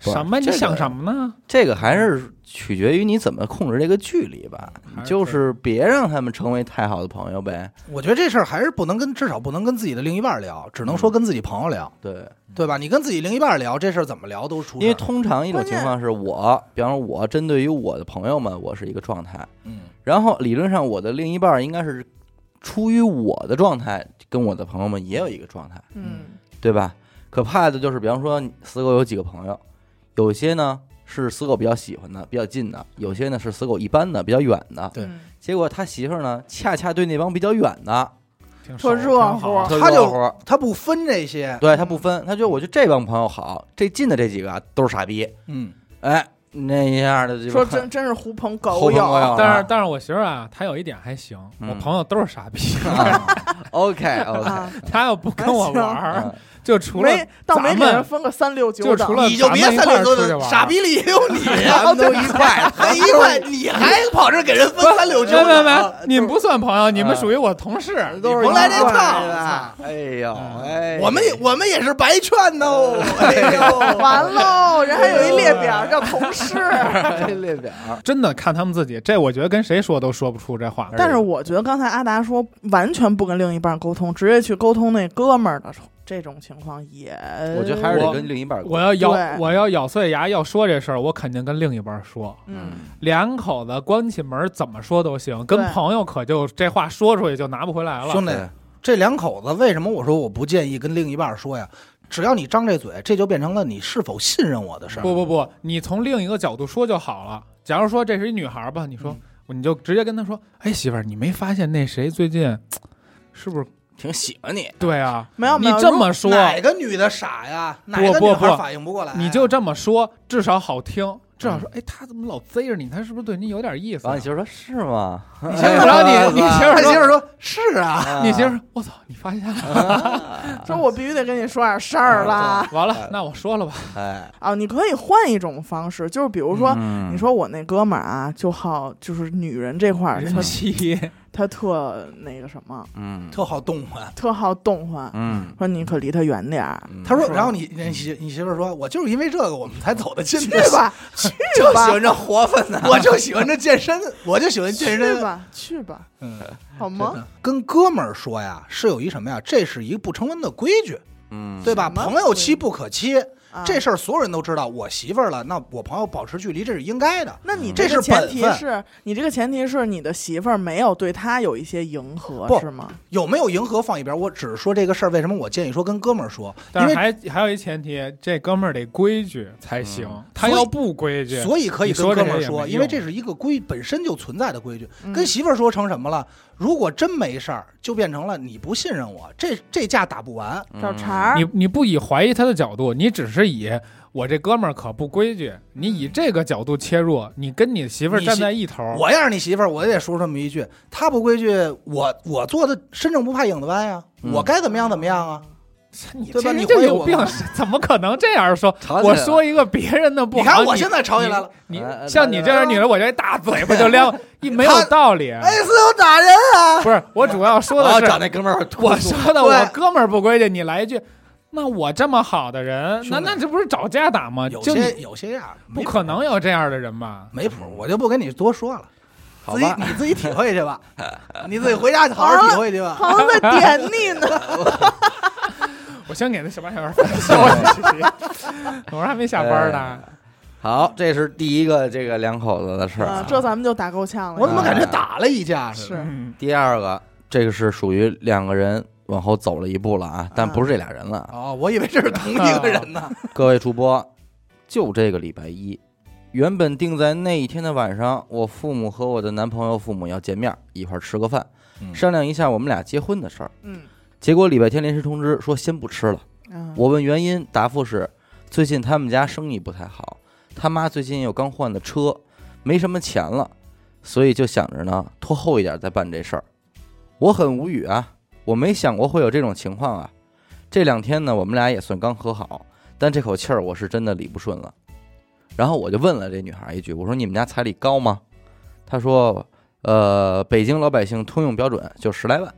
S1: 不是
S4: 什么？
S1: 这
S4: 你
S1: 个
S4: 想什么呢？
S1: 这个还是取决于你怎么控制这个距离吧，
S4: 还是
S1: 就是别让他们成为太好的朋友呗。
S2: 我觉得这事儿还是不能跟，至少不能跟自己的另一半聊，只能说
S1: 嗯
S2: 跟自己朋友聊，
S1: 对，
S2: 对吧？你跟自己另一半聊这事儿怎么聊都出事儿
S1: 嗯因为通常一种情况是我，比方说我针对于我的朋友们，我是一个状态，
S2: 嗯，
S1: 然后理论上我的另一半应该是出于我的状态，跟我的朋友们也有一个状态。
S3: 嗯
S1: 对吧？可怕的就是，比方说死狗有几个朋友，有些呢是死狗比较喜欢的、比较近的，有些呢是死狗一般的、比较远的。
S2: 对
S3: 嗯
S1: 结果他媳妇儿呢，恰恰对那帮比较远的
S4: 挺
S3: 特
S4: 熟
S3: 热
S4: 挺好
S3: 乎
S4: 啊
S2: 他就
S1: 热乎
S2: 他不分这些，
S1: 对他不分，他觉得我就这帮朋友好，这近的这几个啊都是傻逼。
S2: 嗯，
S1: 哎，那一下的就
S3: 说真真是狐朋狗
S1: 狐朋狗
S3: 友
S1: 友，
S4: 但是但是我媳妇儿啊，她有一点还行，
S1: 嗯
S4: 我朋友都是傻逼，
S1: *laughs* OK
S3: *laughs*
S1: OK，
S3: 啊，
S4: 她要不跟我
S1: 嗯
S4: 玩儿，就除了
S3: 没倒没
S4: 咱
S3: 给
S4: 们
S3: 人分个三六九
S4: 就
S3: 等
S4: 除，了
S2: 你就别
S4: 咱们一
S2: 三
S4: 块
S2: 六
S4: 儿
S2: 九
S4: 出去
S2: 等，
S4: 玩儿
S2: 傻逼里也有 *laughs* 你，
S1: 咱们都一块儿，
S2: 还一块， *laughs* 你还跑这给人分三六九
S4: 没没
S2: 等，
S4: 没，
S3: 啊
S4: 你们不算朋友，你们属于我同事，
S1: 都是
S2: 你甭来这套
S1: 啊！哎呦哎，
S2: 我们也我们也是白劝哦，哎呦，
S3: 完喽，人还有一列表叫同事。
S1: 哎列表，
S4: 真的看他们自己。这我觉得跟谁说都说不出这话。
S3: 但是我觉得刚才阿达说完全不跟另一半沟通，直接去沟通那哥们儿的这种情况也，
S1: 我觉得还是得
S4: 我
S1: 跟另一半儿
S4: 我要咬
S3: 对，
S4: 我要咬碎牙要说这事儿，我肯定跟另一半说。
S3: 嗯，
S4: 两口子关起门儿怎么说都行，跟
S3: 对
S4: 朋友可就这话说出去就拿不回来了。
S2: 兄弟， *laughs* 这两口子为什么我说我不建议跟另一半说呀？只要你张这嘴，这就变成了你是否
S4: 啊
S2: 信任我的事儿。
S4: 不不不，你从另一个角度说就好了。假如说这是一女孩儿吧，你说、
S2: 嗯
S4: 我你就直接跟他说：“哎，媳妇儿，你没发现那谁最近是不是？
S1: 挺喜欢你，
S4: 对啊，
S3: 没有没
S4: 你
S3: 有，
S4: 这
S3: 如
S4: 么说，
S2: 哪个女的傻呀？哪
S4: 不
S2: 个
S4: 不
S2: 女孩
S4: 不
S2: 反应不过来？
S4: 你
S2: *laughs*
S4: 就这么说，至少好听，至少说，哎，他怎么老贼着你？他是不是对你有点意思
S1: 然后
S4: 啊、
S1: 你媳妇说是吗？
S2: 你
S4: 哎
S2: *laughs*
S4: 然后你你媳妇
S2: 他
S4: 儿
S2: 媳妇
S4: 说
S2: 儿说：“是 *laughs* 啊，
S1: 啊
S4: 你媳妇儿说，我操，你发现了？
S3: 说我必须得跟你说点事儿啦。
S4: 完了，那我说了吧，
S1: 哎，
S3: 啊，你可以换一种方式，就是比如说，
S1: 嗯
S3: 你说我那哥们儿啊，就好就是女人这块
S2: 嗯
S3: 儿，他
S4: 人妻，
S3: 他特那个什么，
S1: 嗯
S2: 特好动啊。
S3: 特好动换，
S1: 嗯，
S3: 说你可离他远点儿，
S1: 嗯”
S2: 他说：“
S3: 是
S2: 然后你你媳你媳妇儿说，我就是因为这个我们才走得近
S3: 去
S2: *laughs* 的，
S3: 吧，
S2: 就
S3: 吧
S2: 喜
S1: 嗯
S2: 欢这活泛
S3: *laughs*
S2: 的，我就喜欢这健身，我就喜欢健
S3: 去
S2: 身。
S3: 吧，去吧，”
S2: 嗯，
S3: 好吗？
S2: 跟哥们儿说呀，是有一什么呀？这是一个不成文的规矩，
S1: 嗯
S2: 对吧？
S3: 什么
S2: 朋友妻不可欺，
S3: 啊
S2: 这事儿所有人都知道。我媳妇儿了，那我朋友保持距离，这是应该的。
S3: 那你
S2: 嗯这
S3: 个
S2: 是
S3: 前
S2: 本
S3: 提
S2: 分
S3: 是你这个前提是你的媳妇儿没有对他有一些迎合
S2: 不
S3: 是吗？
S2: 有没有迎合放一边，我只是说这个事儿，为什么我建议说跟哥们儿说？因
S4: 但是
S2: 为
S4: 还还有一前提，这哥们儿得规矩才行，
S1: 嗯
S4: 他
S2: 所以
S4: 要不规矩，
S2: 所以可以
S4: 你
S2: 跟
S4: 说
S2: 哥
S4: 这
S2: 们
S4: 也
S2: 儿
S4: 没
S2: 说，
S4: 用
S2: 因为这是一个规本身就存在的规矩。
S3: 嗯
S2: 跟媳妇儿说成什么了？如果真没事儿，就变成了你不信任我，这这架打不完。
S3: 找
S1: 嗯
S3: 茬儿
S4: 你你不以怀疑他的角度，你只是以我这哥们儿可不规矩，你以这个角度切入，你跟你媳妇儿
S2: 你
S4: 站
S2: 媳
S4: 在一头儿，
S2: 我要是你媳妇儿，我也说这么一句：她不规矩，我我做的身正不怕影子歪啊，
S1: 嗯
S2: 我该怎么样怎么样啊？
S4: 你
S2: 对吧
S4: 这人
S2: 你
S4: 就
S2: 怀疑
S4: 有
S2: 我
S4: 病
S2: 吗，
S4: *laughs* 怎么可能这样说？
S1: 吵起来
S4: 我
S1: 了
S4: 说一个别人的不
S2: 你
S4: 好，
S2: 看我
S4: 你
S2: 现在吵起来了，
S4: 你
S1: 哎哎
S4: 像你这样女人，我这一大嘴巴就撩，一没有
S2: 他
S4: 道理。
S2: 哎，是我打人啊！
S4: 不是，我主要说
S1: 我
S4: 的
S1: 哦找
S4: 是，
S1: 那哥们儿吐
S4: 我
S1: 诉
S4: 说的
S2: 对
S4: 我哥们儿不规矩，你来一句，那我这么好的人，那
S2: 兄弟
S4: 那这不是找架打吗？
S2: 有
S4: 就
S2: 些
S4: 你
S2: 有些呀，
S4: 不
S2: 没
S4: 可能有这样的人吧？
S2: 没谱，我就不跟你多说了，
S1: 好
S2: 自己
S1: 吧，
S2: 你自己体会
S1: *laughs*
S2: 去吧，你自己回家好好体会去吧。
S3: 好像在点你呢，
S4: 我先给那小白小孩
S2: *laughs*
S4: 发消息，我说还没下班呢。
S2: 哎
S1: 好，这是第一个这个两口子的事儿
S3: 啊
S1: 啊。
S3: 这咱们就打够呛了。啊
S2: 我怎么感
S1: 哎
S2: 觉打了一架似的？
S3: 是
S4: 嗯，
S1: 第二个，这个是属于两个人往后走了一步了啊，但不是这俩人了啊。
S2: 哦，我以为这是同一个人
S4: *laughs*
S2: 呢。
S1: 各位主播，就这个礼拜一，原本定在那一天的晚上，我父母和我的男朋友父母要见面，一块儿吃个饭，
S2: 嗯
S1: 商量一下我们俩结婚的事儿。
S3: 嗯
S1: 结果礼拜天临时通知说先不吃了。
S3: 啊
S1: 我问原因，答复是最近他们家生意不太好，他妈最近又刚换的车，没什么钱了，所以就想着呢拖后一点再办这事儿。我很无语啊，我没想过会有这种情况啊。这两天呢，我们俩也算刚和好，但这口气儿我是真的理不顺了。然后我就问了这女孩一句，我说你们家彩礼高吗？她说，呃，北京老百姓通用标准就十来万，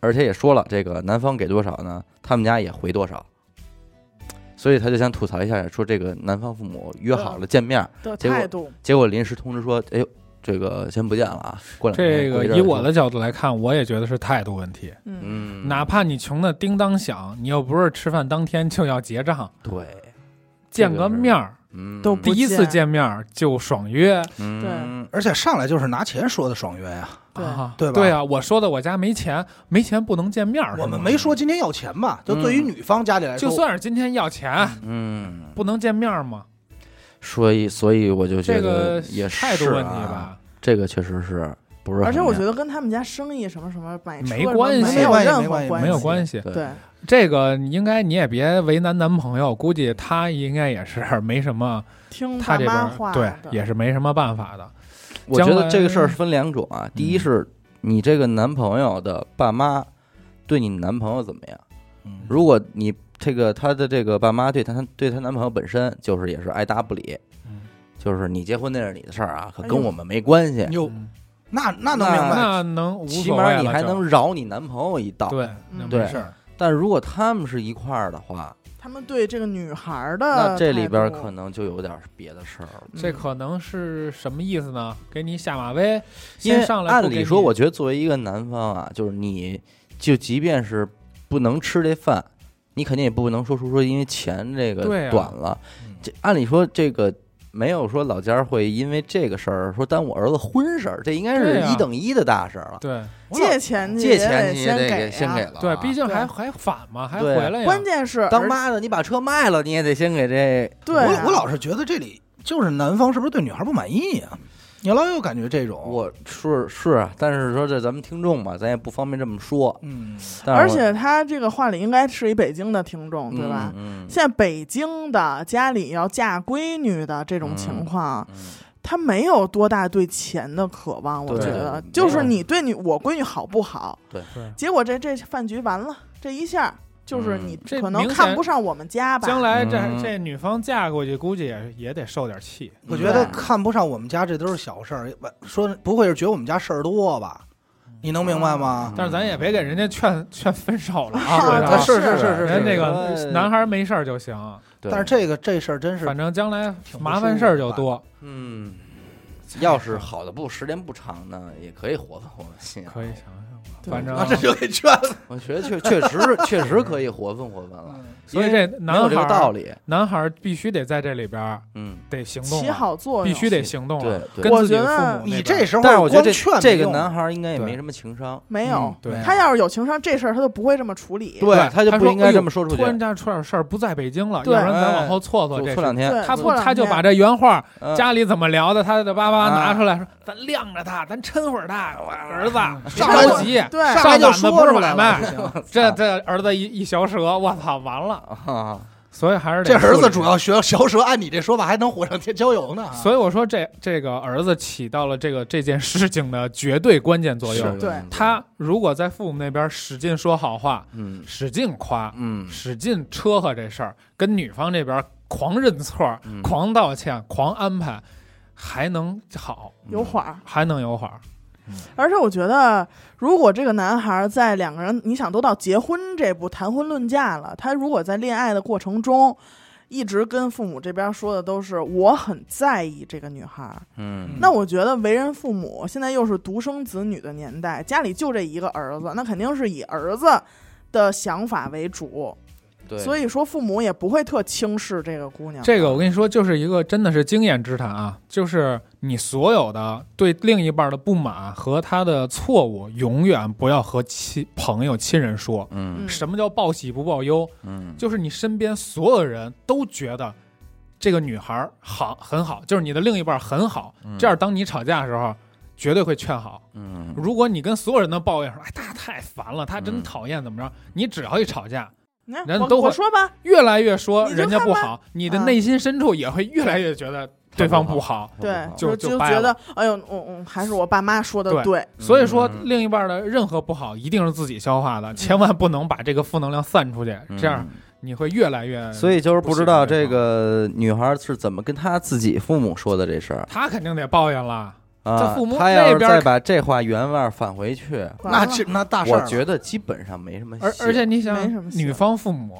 S1: 而且也说了这个男方给多少呢，他们家也回多少。所以她就想吐槽一下，说这个男方父母约好了见面，
S3: 的
S1: 结果
S3: 态度，
S1: 结果临时通知说，哎呦，这个先不见了啊，过两天
S4: 这
S1: 过
S2: 哎
S4: 个
S1: 一阵
S4: 以
S1: 儿
S4: 我
S1: 说
S4: 的角度来看，我也觉得是态度问题。
S3: 嗯，
S1: 嗯，
S4: 哪怕你穷的叮当响，你又不是吃饭当天就要结账，
S1: 对，
S4: 见个面儿，
S1: 嗯，
S3: 都
S4: 第
S3: 不
S4: 一次
S3: 见
S4: 见面儿就爽约
S1: 嗯，
S2: 而且上来就是拿钱说的爽约呀、
S3: 对
S4: 啊，
S2: 对吧
S4: 对啊，我说的我家没钱，没钱不能见面儿。
S2: 我们
S4: 是吗
S2: 没，说今天要钱吧？就对于女方家里来说，
S4: 嗯就算是今天要钱，
S1: 嗯，
S4: 不能见面儿吗？
S1: 所以所以我就觉
S4: 这
S1: 得
S4: 个
S1: 也是、啊、
S4: 态度问题吧。
S1: 这个确实是不是很面子？
S3: 而且我觉得跟他们家生意什么什么买车
S4: 没
S3: 什么
S4: 关系
S3: 没有
S2: 没关系
S3: 任
S2: 没
S3: 何
S2: 关系
S4: 没有
S3: 系，
S4: 关系，
S1: 对
S3: 对，
S4: 这个你应该你也别为难男朋友，估计他应该也是 *laughs* 没什么，
S3: 听
S4: 他
S3: 爸
S4: 这
S3: 妈
S4: 边
S3: 话
S4: 对
S3: 的，
S4: 也是没什么办法的。
S1: 我觉
S4: 将
S1: 得
S4: 来嗯
S1: 这个事儿分两种啊，第一是你这个男朋友的爸妈对你男朋友怎么样？
S2: 嗯
S1: 如果你这个她的这个爸妈对她对她男朋友本身就是也是爱答不理，
S4: 嗯
S1: 就是你结婚那是你的事儿啊，可跟
S3: 哎呦
S1: 我们没关系。
S2: 哟，
S4: 嗯
S2: 那那能明白？
S4: 那能无
S1: 起
S4: 所谓
S1: 码
S4: 了
S1: 你还
S4: 就
S1: 能饶你男朋友一道。
S4: 对
S3: 嗯
S4: 那没
S1: 对
S4: 事儿
S1: 但如果他们是一块儿的话，
S3: 他们对这个女孩儿的
S1: 那这里边儿
S3: 态度
S1: 可能就有点儿别的事儿了。
S4: 这
S3: 嗯
S4: 可能是什么意思呢？给你下马威，
S1: 因
S4: 先
S1: 为
S4: 上来
S1: 按
S4: 不给
S1: 理说，
S4: 你
S1: 我觉得作为一个男方啊，就是你就即便是不能吃这饭，你肯定也不能说出说因为钱这个
S4: 对啊
S1: 短了。
S2: 嗯
S1: 这按理说这个没有说老家会因为这个事儿说耽误儿子婚事儿，这应该
S4: 对
S1: 是
S4: 啊
S1: 一等一的大事儿了。
S4: 对
S2: 我老
S3: 借钱去
S1: 借
S3: 也
S1: 钱
S3: 得
S1: 你
S3: 先
S1: 得
S3: 给
S1: 给先
S3: 啊
S1: 给了啊，
S4: 对，毕竟还
S3: 对
S4: 还返嘛，还
S1: 对
S4: 回来呀。
S3: 关键是
S1: 当
S3: 儿
S1: 妈的，你把车卖了，你也得先给这
S3: 对啊，
S2: 我我老是觉得这里就是男方是不是对女孩不满意呀、啊你老有感觉这种，
S1: 我是是啊，但是说这咱们听众嘛，咱也不方便这么说。
S2: 嗯，
S1: 但是
S3: 而
S1: 我
S3: 且他这个话里应该是一北京的听众，对吧？
S1: 嗯
S3: 现在北京的家里要嫁闺女的这种情况，
S1: 嗯
S3: 他没有多大对钱的渴望，我
S1: 对
S3: 觉得
S1: 没有
S3: 就是你对你我闺女好不好？
S1: 对
S4: 对
S3: 结果这这饭局完了，这一下就是你
S4: 这
S3: 可能
S4: 明显
S3: 看不上我们家吧？
S4: 将来这、
S1: 嗯
S4: 这女方嫁过去，估计也也得受点气。
S2: 我觉得
S3: 对
S2: 看不上我们家这都是小事儿，说不会是觉得我们家事儿多吧？
S1: 嗯
S2: 你能明白吗？
S4: 但是咱也别给人家劝劝分手了
S3: 嗯
S4: 啊，哎
S3: 啊
S4: 对
S2: 他
S4: 吧？
S2: 是
S3: 是
S2: 是是是，
S4: 人
S2: 是
S4: 那
S1: 是
S4: 个男孩没事儿就行，
S1: 对
S2: 但是这个这事儿真是
S4: 反正将来
S2: 挺不
S4: 麻烦事儿就多。
S1: 嗯，要是好的不时间不长呢，也可以活泛活泛心啊。
S4: 可以想想吧，
S3: 对
S4: 反正、
S2: 啊，这 *laughs* 就给劝了。
S1: 我觉得确确实是确实可以活泛活泛了，
S4: 所以这
S1: 没有
S4: 男
S1: 这个
S4: 孩儿
S1: 道理。
S4: 男孩儿必须得在这里边儿
S1: 嗯，
S4: 得行动
S3: 起
S4: 了，
S3: 好作用，
S4: 必须得行动了，
S1: 对对
S4: 哦跟自己的
S3: 我觉得
S4: 父母那
S2: 你
S4: 边
S2: 这
S4: 儿
S2: 时候
S1: 但是我觉得
S2: 光
S1: 这
S2: 劝
S1: 这
S2: 没
S1: 个
S2: 用
S1: 男孩儿应该也没
S4: 对
S1: 什么情商，
S3: 没有
S4: 嗯。对
S3: 他要是有情商，这事儿他都不会这么处理。
S1: 对
S4: 对
S1: 他就
S4: 他
S1: 不
S4: 说
S1: 应该
S4: 哎呦
S1: 这么说出去
S4: 突。然间出点事儿不在北京了，
S3: 对
S4: 要不然咱往后错错
S1: 就
S4: 这
S1: 错
S4: 事儿。
S1: 两天，
S3: 对
S4: 他
S3: 错
S4: 不，
S3: 两天
S4: 他就把这原话
S1: 嗯
S4: 家里怎么聊的，他的爸爸
S2: 嗯
S4: 拿出来说，咱晾着他，咱抻会儿他，我儿子别
S2: 上
S3: 来
S4: 着
S3: 就
S4: 急，
S3: 对，
S2: 上啊来就
S4: 晚子不
S2: 说
S4: 是
S2: 出来
S4: 买
S2: 了，
S4: 卖
S2: 不，行
S4: 这这儿子一一嚼舌，我操，完了。
S1: 啊，
S4: 所以还是得
S2: 这儿
S4: 处
S2: 子
S4: 理
S2: 主要啊学小蛇，按你这说法还能火上天浇油呢。
S4: 所以我说这这个儿子起到了这个这件事情的绝对关键作
S1: 是
S4: 用。
S3: 对
S4: 他如果在父母那边使劲说好话，
S1: 嗯
S4: 使劲夸，
S1: 嗯
S4: 使劲车和这事儿，跟女方这边狂认错、
S1: 嗯
S4: 狂道歉、狂安排，还能好，
S3: 有缓儿。
S4: 还能有好。
S3: 而且我觉得，如果这个男孩在两个人，你想都到结婚这步谈婚论嫁了，他如果在恋爱的过程中，一直跟父母这边说的都是我很在意这个女孩儿，
S1: 嗯
S3: 那我觉得为人父母，现在又是独生子女的年代，家里就这一个儿子，那肯定是以儿子的想法为主，
S1: 对，
S3: 所以说父母也不会特轻视这个姑娘。
S4: 这个我跟你说，就是一个真的是经验之谈啊，就是你所有的对另一半的不满和他的错误，永远不要和亲朋友、亲人说。
S1: 嗯
S3: 嗯
S4: 什么叫报喜不报忧？
S1: 嗯
S4: 就是你身边所有人都觉得这个女孩儿好很好，就是你的另一半很好。这样，当你吵架的时候，绝对会劝好。
S1: 嗯
S4: 如果你跟所有人都抱怨说，哎，他太烦了，他真讨厌，怎么着？你只要一吵架，
S3: 你看
S4: 人
S3: 我
S4: 都会
S3: 我说吧，
S4: 越来越说
S3: 你就
S4: 人家不
S3: 看
S4: 好，你的
S3: 啊
S4: 内心深处也会越来越觉得对方不好。
S3: 对，
S4: 就
S3: 就
S4: 就掰
S3: 觉
S4: 了
S3: 得，哎呦，嗯嗯，还是我爸妈说的
S4: 对
S3: 对，
S4: 所以说
S1: 嗯，
S4: 另一半的任何不好一定是自己消化的，千万不能把这个负能量散出去，这样。你会越来越……
S1: 嗯所以就是不知道
S4: 嗯不行
S1: 这个女孩是怎么跟她自己父母说的这事儿
S4: 他肯定得抱怨了。
S1: 啊
S4: 这父母。
S1: 她要
S4: 那
S1: 是
S4: 边
S1: 再把这话原味儿返回去，
S3: 管
S2: 那
S3: 了
S2: 这那大事
S1: 我
S2: 儿了，
S1: 觉得基本上没什么戏。
S4: 而而且你想
S3: 没什么，戏
S4: 女方父母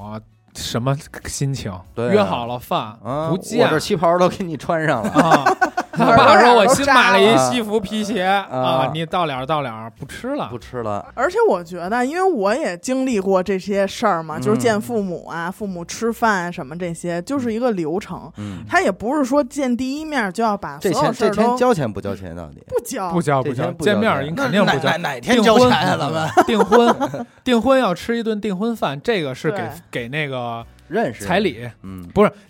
S4: 什么心情？
S1: 对啊
S4: 约好了饭
S1: 啊，
S4: 不
S1: 我
S4: 见
S1: 这旗袍都给你穿上
S4: *laughs*
S1: 了，
S3: *laughs*
S4: 啊！他
S3: 耳朵
S4: 爸说：“
S3: 眼
S4: 我
S3: 儿都
S4: 新
S3: 扎
S4: 买了一
S1: 了
S4: 西服皮鞋
S1: *laughs* 啊
S4: 啊，你到了到了不吃了
S1: 不，吃了，
S3: 而且我觉得，因为我也经历过这些事儿嘛，就是
S4: 嗯
S3: 见父母啊、父母吃饭啊什么这些，就是一个流程。
S1: 嗯，
S3: 他也不是说见第一面就要把所
S1: 这钱
S3: 有事
S1: 这
S3: 儿
S1: 钱
S3: 都
S1: 交钱不交钱到底？
S3: 不交，
S4: 不交
S1: 这
S4: 不交，
S1: 天不
S4: 见
S1: 交
S4: 面
S1: 钱
S4: 儿
S2: 那
S4: 肯定
S2: 哪
S4: 不交
S2: 哪。哪天
S4: 订
S2: 交
S4: 婚
S2: 钱
S1: 嗯
S2: 啊？咱们
S4: *laughs* 订
S2: *laughs*
S4: 婚，订婚要吃一顿订婚饭，这个是给
S3: 对
S4: 给那个
S1: 认识
S4: 彩，礼。
S1: 嗯，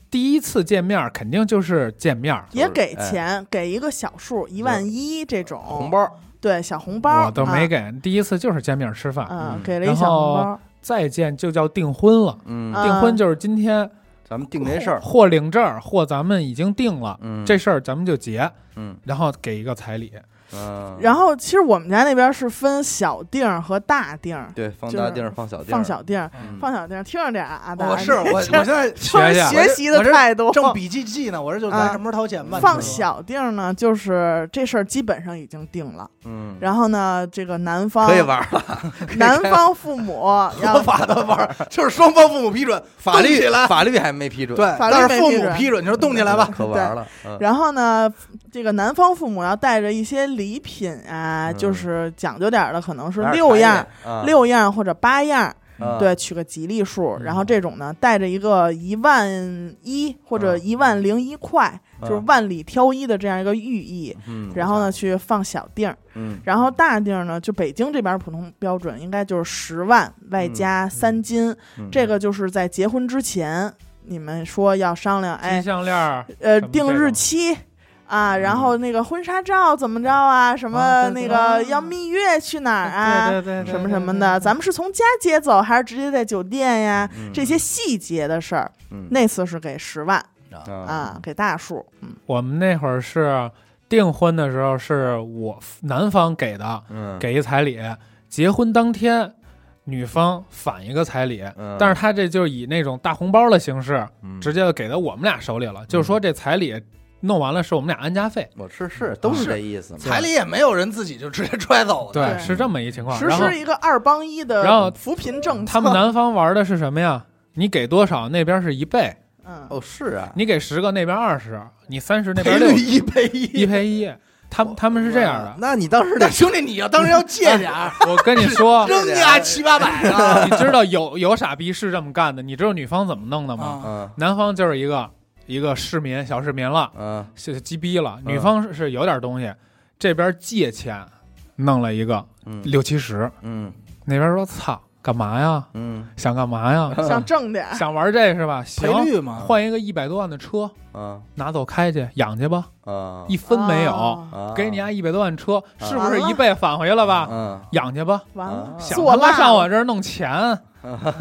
S4: 第一次见面儿肯定就是见面儿，
S3: 也给钱，给一个小数，一万一这种
S1: 红，包，
S3: 对小红包，
S4: 我都没给。第一次就是见面儿吃
S3: 啊，
S4: 饭，
S3: 嗯
S1: 嗯，
S3: 给了一小红包，
S4: 再见就叫订婚了。
S1: 嗯，
S3: 啊
S4: 订婚就是今天
S1: 咱们定这事儿，
S4: 或领证儿或咱们已经定了
S1: 嗯，
S4: 这事儿，咱们就结，
S1: 嗯
S4: 然后给一个彩
S3: *laughs*
S4: 礼。
S1: 嗯，
S3: 然后其实我们家那边是分小定儿和大定儿，
S1: 对，放
S3: 就
S1: 大
S3: 是
S1: 地儿放小地儿，
S3: 放小定儿，
S1: 嗯
S3: 放小定儿，听着点儿啊，大
S2: 我是我我现在
S3: 就是
S4: 学
S3: 学习的
S2: 我这
S3: 态度，
S2: *laughs* 正笔记记呢，我这就咱什么时候掏钱吧？
S3: 啊放
S2: 你说
S3: 小定儿呢，就是这事儿基本上已经定了。
S1: 嗯，
S3: 然后呢，这个男方
S1: 可以玩了，
S3: 男方父母
S2: 合
S3: 要
S2: 法的玩儿， *laughs* 就是双方父母批准，
S1: 法
S2: 动
S1: 律
S2: 起来
S1: 法律还没批准，
S2: 对，，
S3: 法律
S2: 但是
S3: 没
S2: 父
S3: 批
S2: 母
S3: 准
S2: 批准，你说动起来吧。
S1: 可玩了，嗯
S3: 然后呢，这个男方父母要带着一些礼品啊，
S1: 嗯
S3: 就是讲究点儿的，可能是六样、，
S4: 啊
S3: 六样或者八样，
S1: 啊，
S3: 对，取个吉利数。然后
S4: 嗯
S3: 这种呢，带着一个一万一
S4: 嗯
S3: 或者一万零一块，
S1: 嗯
S3: 就是万里挑一的这样一个寓意。
S1: 嗯，
S3: 然后呢，去放小定儿，
S1: 嗯，
S3: 然后大定儿呢，就北京这边儿普通标准应该就是十万外
S4: 嗯
S3: 加三金，
S1: 嗯
S3: 这个就是在结婚之前，你们说要商量，
S4: 金
S3: 哎，
S4: 项链儿，
S3: 呃，
S4: 什么这
S3: 定
S4: 种嗯
S3: 日期，啊，然后那个婚纱照怎么着啊，什么
S4: 啊
S3: 那
S4: 对对
S3: 个
S4: 对
S3: 要蜜月去哪儿啊，
S4: 对对对，
S3: 什么什么的，咱们是从家接走还是直接在酒店呀？
S1: 嗯
S3: 啊这些细节的事儿，
S1: 嗯
S3: 那次是给十万
S1: 啊
S3: 啊，给大数，嗯，
S4: 我们那会儿是订婚的时候是我男方给的，
S1: 嗯
S4: 给一彩礼，结婚当天女方返一个彩礼，
S1: 嗯
S4: 但是他这就是以那种大红包的形式，
S1: 嗯
S4: 直接就给到我们俩手里了，就是说这彩礼弄完了是我们俩安家费，
S1: 我是是都是
S2: 是
S1: 这意思嘛，
S2: 彩礼也没有人自己就直接揣走的，
S4: 对，是这么一情况。
S3: 哦实
S4: 然后
S3: 施一个二帮一
S4: 然
S3: 的
S4: 后
S3: 扶贫政策。
S4: 他们南方玩的是什么呀？你给多少，那边是一倍；
S3: 嗯，
S1: 哦是啊，
S4: 你给十个，那边二十；你三十，那
S2: 赔
S4: 边六
S3: 哎
S2: 率，一赔
S4: 一
S3: *laughs*
S2: 一。
S4: 赔一。他们他们是这样的。
S1: 啊那你当时
S2: 那
S1: 得
S2: 兄弟，你要当时要借点
S4: *laughs*
S2: 儿，
S4: 我跟你
S3: *laughs*
S4: 说，
S2: 扔你啊七八百啊！
S4: 你知道有有傻逼是这么干的，你知道女方怎么弄的吗？
S2: 啊
S1: 嗯
S4: 男方就是一个一个市民小市民了，
S1: 嗯
S4: 是鸡逼了，
S1: 嗯
S4: 女方是是有点东西，这边借钱弄了一个
S1: 嗯
S4: 六七十，
S1: 嗯
S4: 那边说操干嘛呀？
S1: 嗯
S4: 想干嘛呀？
S3: 想挣点
S4: 想玩这是吧？行
S2: 赔，率嘛，
S4: 换一个一百多万的车，
S1: 嗯
S4: 拿走开去养去吧，
S2: 啊
S1: 嗯
S4: 一 *laughs* 分没有，
S3: 哦
S1: 啊
S4: 给你家一百多万车，
S1: 啊
S4: 是不是一倍返回了
S2: 啊
S4: 吧？
S1: 嗯
S4: 养去吧，
S3: 完了
S1: 啊，
S4: 想
S3: 做
S4: 他妈
S3: 蜡
S4: 上我这儿弄
S2: *laughs*
S4: 钱，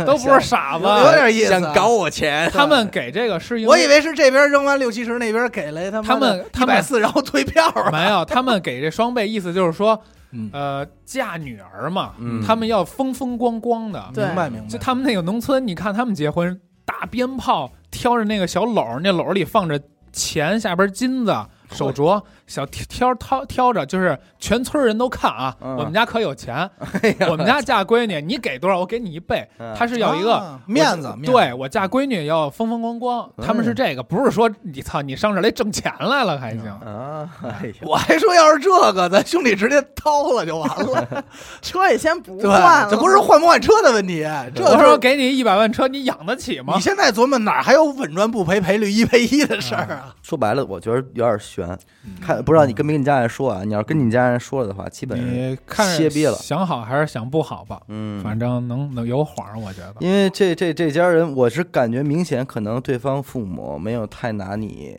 S4: 都不是傻子。
S2: 有点意思啊。
S1: 想搞我钱，
S4: 他们给这个是因
S2: 我以
S4: 为
S2: 为是这边扔完六七十，那边给了他
S4: 他们
S2: 一
S4: 他
S2: 百
S4: 们
S2: 四，然后退票了。
S4: 没有，他们给这双倍意思就是说，
S2: 嗯
S4: 呃，嫁女儿嘛，
S1: 嗯
S4: 他们要风风光光的。
S3: 对
S2: 明白明白，
S4: 就他们那个农村，你看他们结婚，大鞭炮，挑着那个小篓儿，那篓儿里放着钱，下边金子。手镯小挑挑挑着，就是全村人都看啊！
S1: 嗯
S4: 我们家可有钱，我们家嫁闺女，你给多少，我给你一倍。
S1: 嗯
S4: 他是要一个
S2: 啊面子
S4: 我，
S2: 面子
S4: 对我嫁闺女要风风光光，
S1: 嗯
S4: 他们是这个，不是说你操你上这儿来挣钱来了还行。
S1: 啊，哎呀，
S2: 我还说要是这个，咱兄弟直接掏了就完了，
S3: 车也先不
S2: 对
S3: 换
S2: 吧？
S3: 了，
S2: 这不是换不换车的问题，这
S4: 我说
S2: 是
S4: 给你一百万车，你养得起吗
S2: 你？现在琢磨哪儿还有稳赚不赔赔率一赔一的事儿啊？
S1: 说白了，我觉得有点悬，
S4: 嗯
S1: 看不知道你跟没跟你家人说啊？你要是跟你家人说了的话，基本上
S4: 你看着
S1: 歇逼了
S4: 想好还是想不好吧？
S1: 嗯，
S4: 反正能能有谎儿，我觉得。
S1: 因为这这这家人，我是感觉明显可能对方父母没有太拿你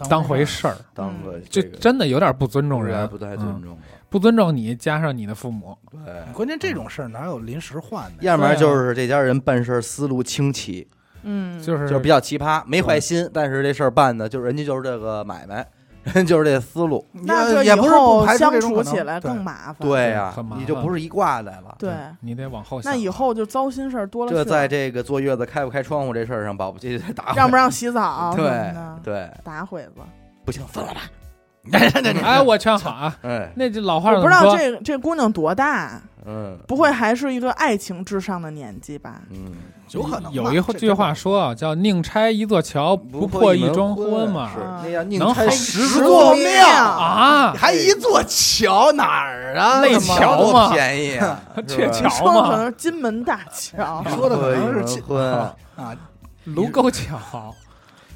S4: 嗯当
S1: 哎
S4: 回事儿，
S1: 当个
S4: 嗯这
S1: 个
S4: 真的有点不尊重
S1: 有
S4: 人，
S1: 点不太尊
S4: 嗯，
S1: 重了。
S4: 不尊重你，加上你的父母，
S1: 对，
S2: 关键这种事儿哪有临时换的？
S1: 要不然就是这家人办事儿思路清奇，
S3: 嗯，
S4: 就是
S1: 就是比较奇葩，没坏心，但是这事儿办的就是人家就是这个买卖， *laughs* 人家就是这思路。
S3: 那这
S2: 也也
S3: 以
S2: 不是不
S3: 后
S2: 排除
S3: 相
S2: 这种
S3: 处
S2: 可能
S3: 起来
S2: 对
S3: 更麻烦。
S1: 对呀、
S4: 嗯很麻烦
S1: 你就不是一挂的了。
S3: 对，
S4: 嗯你得往后想。
S3: 那以后就糟心事儿多了去
S1: 这
S3: 了。
S1: 在这个坐月子开不开窗户这事儿上，保不齐就得打
S3: *laughs*
S1: *laughs*
S3: 让不
S1: 让？
S3: 让洗澡啊什么的
S1: 对，对，
S3: 打毁子。
S1: 不行，分了
S4: *laughs*
S1: 吧。 *laughs* 嗯
S4: 哎，我劝好啊，
S1: 哎，
S4: 那这老话
S3: 我
S4: 怎
S3: 不
S4: 么
S3: 知道
S4: 说？
S3: 这这姑娘多大，
S1: 嗯
S3: 不会还是一个爱情至上的年纪吧？
S1: 嗯，
S2: 有可能吧
S4: 有一
S2: 这
S4: 句话说啊，叫“宁拆一座桥，不破
S1: 破
S4: 一桩
S1: 婚
S4: 嘛
S1: 是
S3: 啊
S1: 那样宁
S4: 能
S1: 拆
S4: 好
S1: 十
S2: 十
S1: 座
S2: 座
S3: 庙
S2: 庙，
S4: 啊 *laughs*
S2: 还一座桥哪儿啊？，
S4: 内桥
S1: 多
S4: 嘛，
S1: 便宜啊
S4: *laughs*
S1: 是
S4: 鹊
S1: 吧
S4: 桥
S3: 你说的
S4: 嘛
S3: *laughs* 可能是金门大桥 *laughs*
S2: 说的可能是
S1: 破一门
S2: 亲
S1: 婚。
S2: 啊，
S4: 卢沟桥，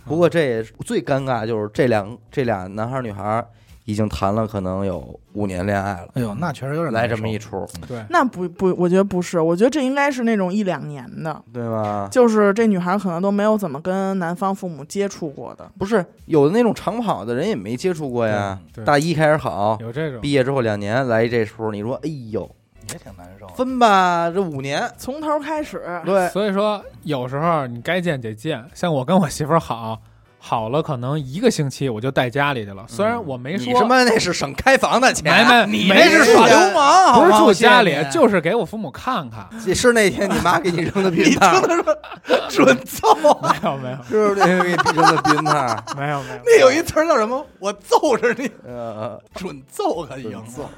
S1: 不过这也是最尴尬，就是这两这俩男孩儿女孩儿已经谈了可能有五年恋爱了，
S2: 哎呦，那确实有点
S1: 来
S2: 难
S1: 这么
S4: 嗯
S2: 受
S1: 一出，
S4: 对，
S3: 那不不，我觉得不是，我觉得这应该是那种一两年的，
S1: 对吗？
S3: 就是这女孩可能都没有怎么跟男方父母接触过的。
S1: 不是有的那种长跑的人也没接触过呀
S4: 对，对
S1: 大一开始好，
S4: 有这种。
S1: 毕业之后两年来一这出，你说哎呦
S2: 也挺难受
S1: *laughs*
S2: 的。
S1: 分吧，这五年，
S3: 从头开
S4: 啊
S3: 始，
S1: 对，
S4: 所以说，有时候你该见得见。像我跟我媳妇儿好，好了可能一个星期我就带家里去了，虽
S2: 嗯
S4: 然我没
S1: 你他
S4: 说，
S1: 妈那是省开房的钱，
S4: 没没
S2: 你
S4: 没
S2: 这是
S4: 事啊
S2: 耍流氓，
S4: 不是
S2: 好吗
S4: 住家里
S2: 我谢谢， *laughs* 你
S4: 就是给我父母看
S2: *laughs*
S4: 看。
S1: 你是那天你妈给你
S4: *laughs*
S1: 扔的避孕套，
S2: 准揍。啊 *laughs*
S4: 没有没有
S1: *laughs* 是不是那天给你扔的避孕套？
S4: 没有没有，
S2: 那有一词儿叫什么？我揍着你，
S1: 呃，
S2: 准揍可赢
S1: 准揍
S2: 了。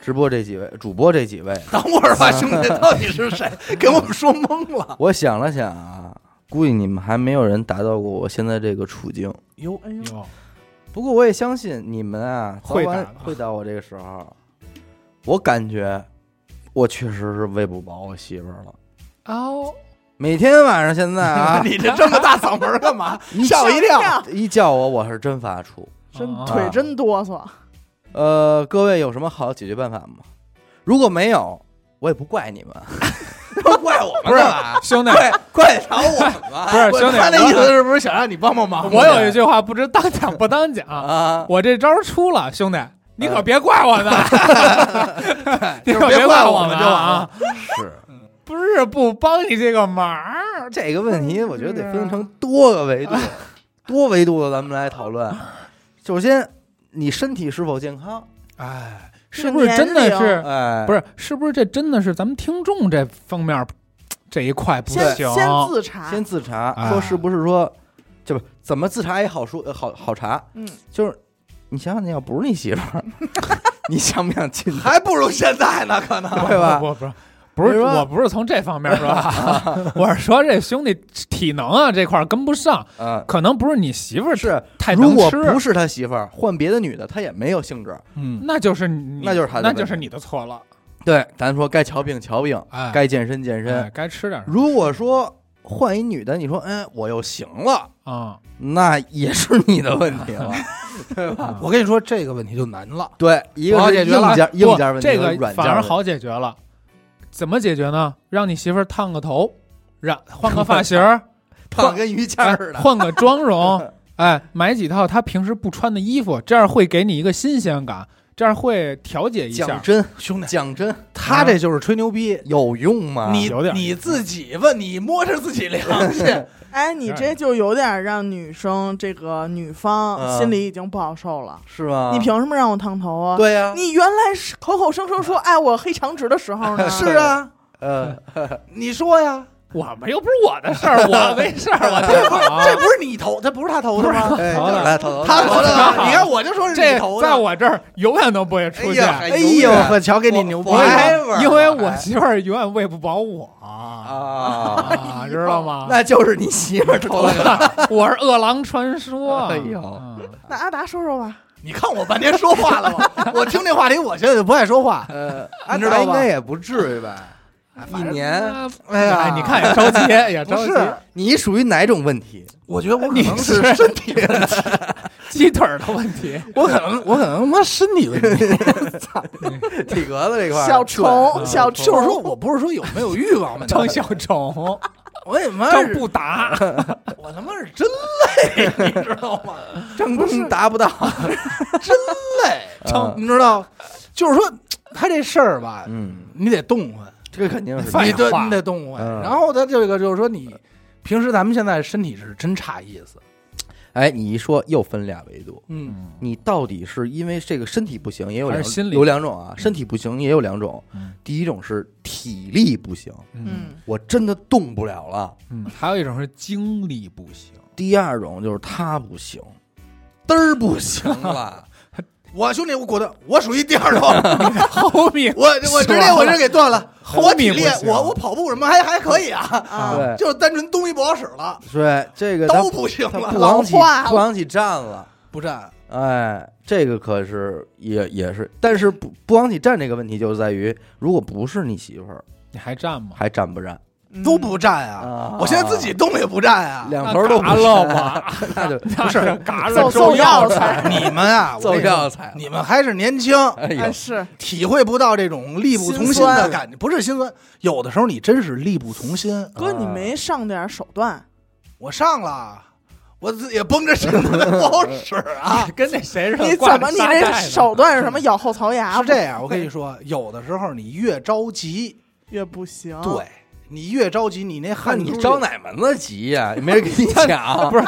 S1: 直播这几位，主播这几位，
S2: *laughs* 等会儿吧，兄弟，到底是谁给我们说懵了？
S1: 我想了想啊，估计你们还没有人达到过我现在这个处境。
S2: 哟，，
S3: 哎呦，
S4: 有
S1: 不过我也相信你们啊，
S4: 会
S1: 早晚
S4: 打的
S1: 会到我这个时候。我感觉我确实是喂不饱我媳妇儿了。
S4: 哦，
S1: 每天晚上现在啊
S2: *laughs*
S1: *laughs*
S2: 你这这么大嗓门干 *laughs* 嘛？吓我一
S3: 跳
S2: 跳！，
S1: 一叫我我是真发怵。
S3: 真
S4: 啊
S3: 腿真哆嗦。
S1: 呃，各位有什么好的解决办法吗？如果没有，我也不怪你们，都怪我们干嘛？
S4: 啊兄
S2: *laughs*
S4: 弟，
S1: 怪怪得着我们吗？
S4: 不是
S2: 我
S4: 兄弟，
S2: 他那意思
S4: 我
S2: 是不是想让你帮帮忙？
S4: 我有一句话不知当讲不当讲，
S1: *laughs* 啊，
S4: 我这招儿出了，兄弟，
S2: 嗯
S4: 你可别怪
S2: *laughs*
S4: 我们，你可
S2: 别
S4: 怪
S2: 怪我
S4: 们
S2: 们
S4: 就
S2: 就
S4: 啊
S2: 完，
S1: 是
S4: 不是不帮你这个忙儿，
S1: 这个问题，我觉得得分成多个维度，多维度的咱们来讨论。首先，你身体是否健康？
S4: 哎，是
S3: 这个
S4: 不是真的
S3: 年龄
S4: 是？
S1: 哎，
S4: 不是，是不是这真的是咱们听众这方面儿这一块不
S3: 先
S4: 行？
S3: 先
S4: *laughs*
S3: 自查，
S1: 先自查，
S4: 哎
S1: 说是不是说，就是怎么自查也好说呃好好查，
S3: 嗯，
S1: 就是你想想，你要不是你媳妇儿，你想不想进去？
S2: 还不如现在呢，可能
S1: *laughs* 对吧
S4: 不不不，不
S1: 比
S4: 是，
S1: 如说
S4: 我不是从这方面说啊，
S1: *laughs*
S4: 我是说这兄弟体能啊这块儿跟不上，
S1: 嗯，
S4: 可能不是你媳妇儿
S1: 是，
S4: 太
S1: 如
S4: 能
S1: 果
S4: 吃，
S1: 不是他媳妇儿，换别的女的，他也没有兴致。
S2: 嗯，
S4: 那就是你
S1: 那就是他的
S4: 那
S1: 问题
S4: 就是你的错了。
S1: 对，咱说该瞧病瞧病，
S4: 哎，
S1: 该健身健身
S4: 哎。该吃点儿
S1: 如果说换一女的，你说，哎，我又行了，
S4: 啊，
S1: 那也是你的问题了。
S4: 啊
S2: 我跟你说这个问题就难了。
S1: 对，一个
S2: 好
S1: 是
S2: 解
S1: 硬
S2: 决了
S1: 件
S4: 不
S1: 硬件问题，
S4: 这个
S1: 软件
S4: 反而
S1: 问题
S4: 好解决了。怎么解决呢？让你媳妇儿烫个头，染换个发型儿，
S1: 烫得跟于谦儿似
S4: 哎
S1: 的。
S4: 换个妆容， *laughs* 哎，买几套她平时不穿的衣服，这样会给你一个新鲜感，这样会调节一
S1: 讲
S4: 下。
S1: 真，
S2: 兄弟，
S1: 讲真，
S2: 他这就是吹牛逼，
S1: 有用吗？
S2: 你
S4: 啊有点
S2: 你自己问，你摸着自己良心， *laughs*
S3: 哎，你这就有点让女生这个女方
S1: 嗯
S3: 心里已经不好受了。
S1: 是吗？
S4: 啊
S3: 你凭什么让我烫头啊？
S1: 对呀，
S3: 你原来是口口声声说爱我黑长直的时候呢，
S4: *laughs*
S2: 是啊，
S1: 呃，
S2: 你说呀，
S4: 我们又不是我的事儿，我没事儿，我挺 *laughs* 好。
S2: 这不是你投，啊这不是他投的吗？
S1: 哎
S4: 好的
S1: 来，头头
S2: 他投
S4: 好的
S2: 的，啊你看我就说是你
S4: 这
S2: 投的。
S4: 在我这儿永远都不会出现，
S1: 哎呀
S2: 哎呦，我瞧给你牛逼
S1: 我
S4: 因
S1: 我
S4: 为
S1: 还
S2: 了！啊
S1: Forever
S4: 因为我媳妇儿永远喂不饱我
S2: *laughs*
S1: 啊，
S4: 啊，知道吗？
S1: *laughs* 那就是你媳妇儿投了
S4: *laughs*
S1: 个。
S4: 我是饿狼传说。
S1: 哎呦
S4: 嗯
S3: 那阿达说说吧，
S2: 你看我半天说话了 *laughs* 吗？我听这话题，我现在就不爱说话。
S1: 呃，
S2: 你知道吧
S1: 应该也不至于吧？一年，
S4: 啊
S2: 哎呀，
S4: 你看也着急，也
S2: 不
S4: 着急，
S2: 是，
S1: 你属于哪种问题？
S2: 我觉得我可能是
S4: 你是
S2: 身体问题，
S4: 鸡腿儿的问题。
S2: *laughs* 我可能我可能他妈身体问题，
S1: 体格子这块儿，
S3: 小
S4: 对
S3: 虫小虫，
S2: *laughs* 就是说我不是说有没有欲望问题，
S4: 张小虫，
S2: 我也妈
S4: 张
S2: 是，
S4: 不达，
S2: 我他妈是真累，你知道吗？
S1: 正宫达不到，
S2: *laughs* 累，
S1: 嗯
S2: 你知道，就是说他这事儿吧，
S1: 嗯，
S2: 你得动换，
S1: 这个肯定是
S4: 废话
S2: 你得你得动换。
S1: 嗯
S2: 然后他这个就是说你平时咱们现在身体是真差意思，
S1: 哎，你一说又分俩维度，
S2: 嗯，
S1: 你到底是因为这个身体不行，也有
S4: 还
S1: 两
S4: 是心理
S1: 有两种啊，身体不行也有两种
S4: 嗯，
S1: 第一种是体力不行，
S4: 嗯
S3: 嗯，
S1: 我真的动不了了；
S4: 嗯，还有一种是精力不
S2: *laughs*
S4: 行，
S1: 第二种就是他不行，嘚儿不行了，
S2: 我兄弟，我果断，我属于第二种，
S4: 后面
S2: *laughs* 我我直接我这给断了。
S4: 是吧
S2: 我体力
S4: 红米不，行
S2: 我我跑步什么还还可以啊，
S3: 啊，
S1: 对
S2: *laughs* 就是单纯东西不好使了，
S1: 对，这个他
S2: 刀不行
S1: 他
S2: 了，
S1: 不往起
S3: 老化了
S1: 不往起站了。
S2: 不站。
S1: 哎，这个可是也也是，但是不不往起站这个问题就在于，如果不是你媳妇儿，
S4: 你还站吗？
S1: 还站不站？
S3: 嗯
S2: 都不站啊
S1: 啊！
S2: 我现在自己动也不站啊！
S1: 两头都不
S4: 嘎
S1: 站
S4: 了吧？
S1: 那就
S4: 不是嘎了中
S3: 揍揍
S4: 药
S3: 药
S4: 材，
S3: 材，
S2: *laughs* 你们啊，我跟你说
S1: 药材
S2: 你们还是年轻，
S1: 哎呦
S3: 哎，是
S2: 体会不到这种力不从
S3: 心
S2: 心的
S3: 酸
S2: 感觉，不是心酸，有的时候你真是力不从心。
S3: 哥，你没上点手段，
S2: 我上了，我自己也绷着身子不好使
S4: *laughs*
S2: 啊。
S4: 跟那谁似的，
S3: 你
S4: 挂
S3: 怎
S4: 着
S3: 么你
S4: 沙
S3: 这
S4: 袋呢
S3: 手段是什么？咬后槽牙
S2: *laughs* 是这样，我跟你说，有的时候你越着急，
S3: 越不 *laughs* 行，
S2: 对你越着急，你那
S1: 那
S2: 汗珠
S1: 你
S2: 越
S1: 张哪门子急呀？没人跟
S4: *laughs*
S1: 你讲，不是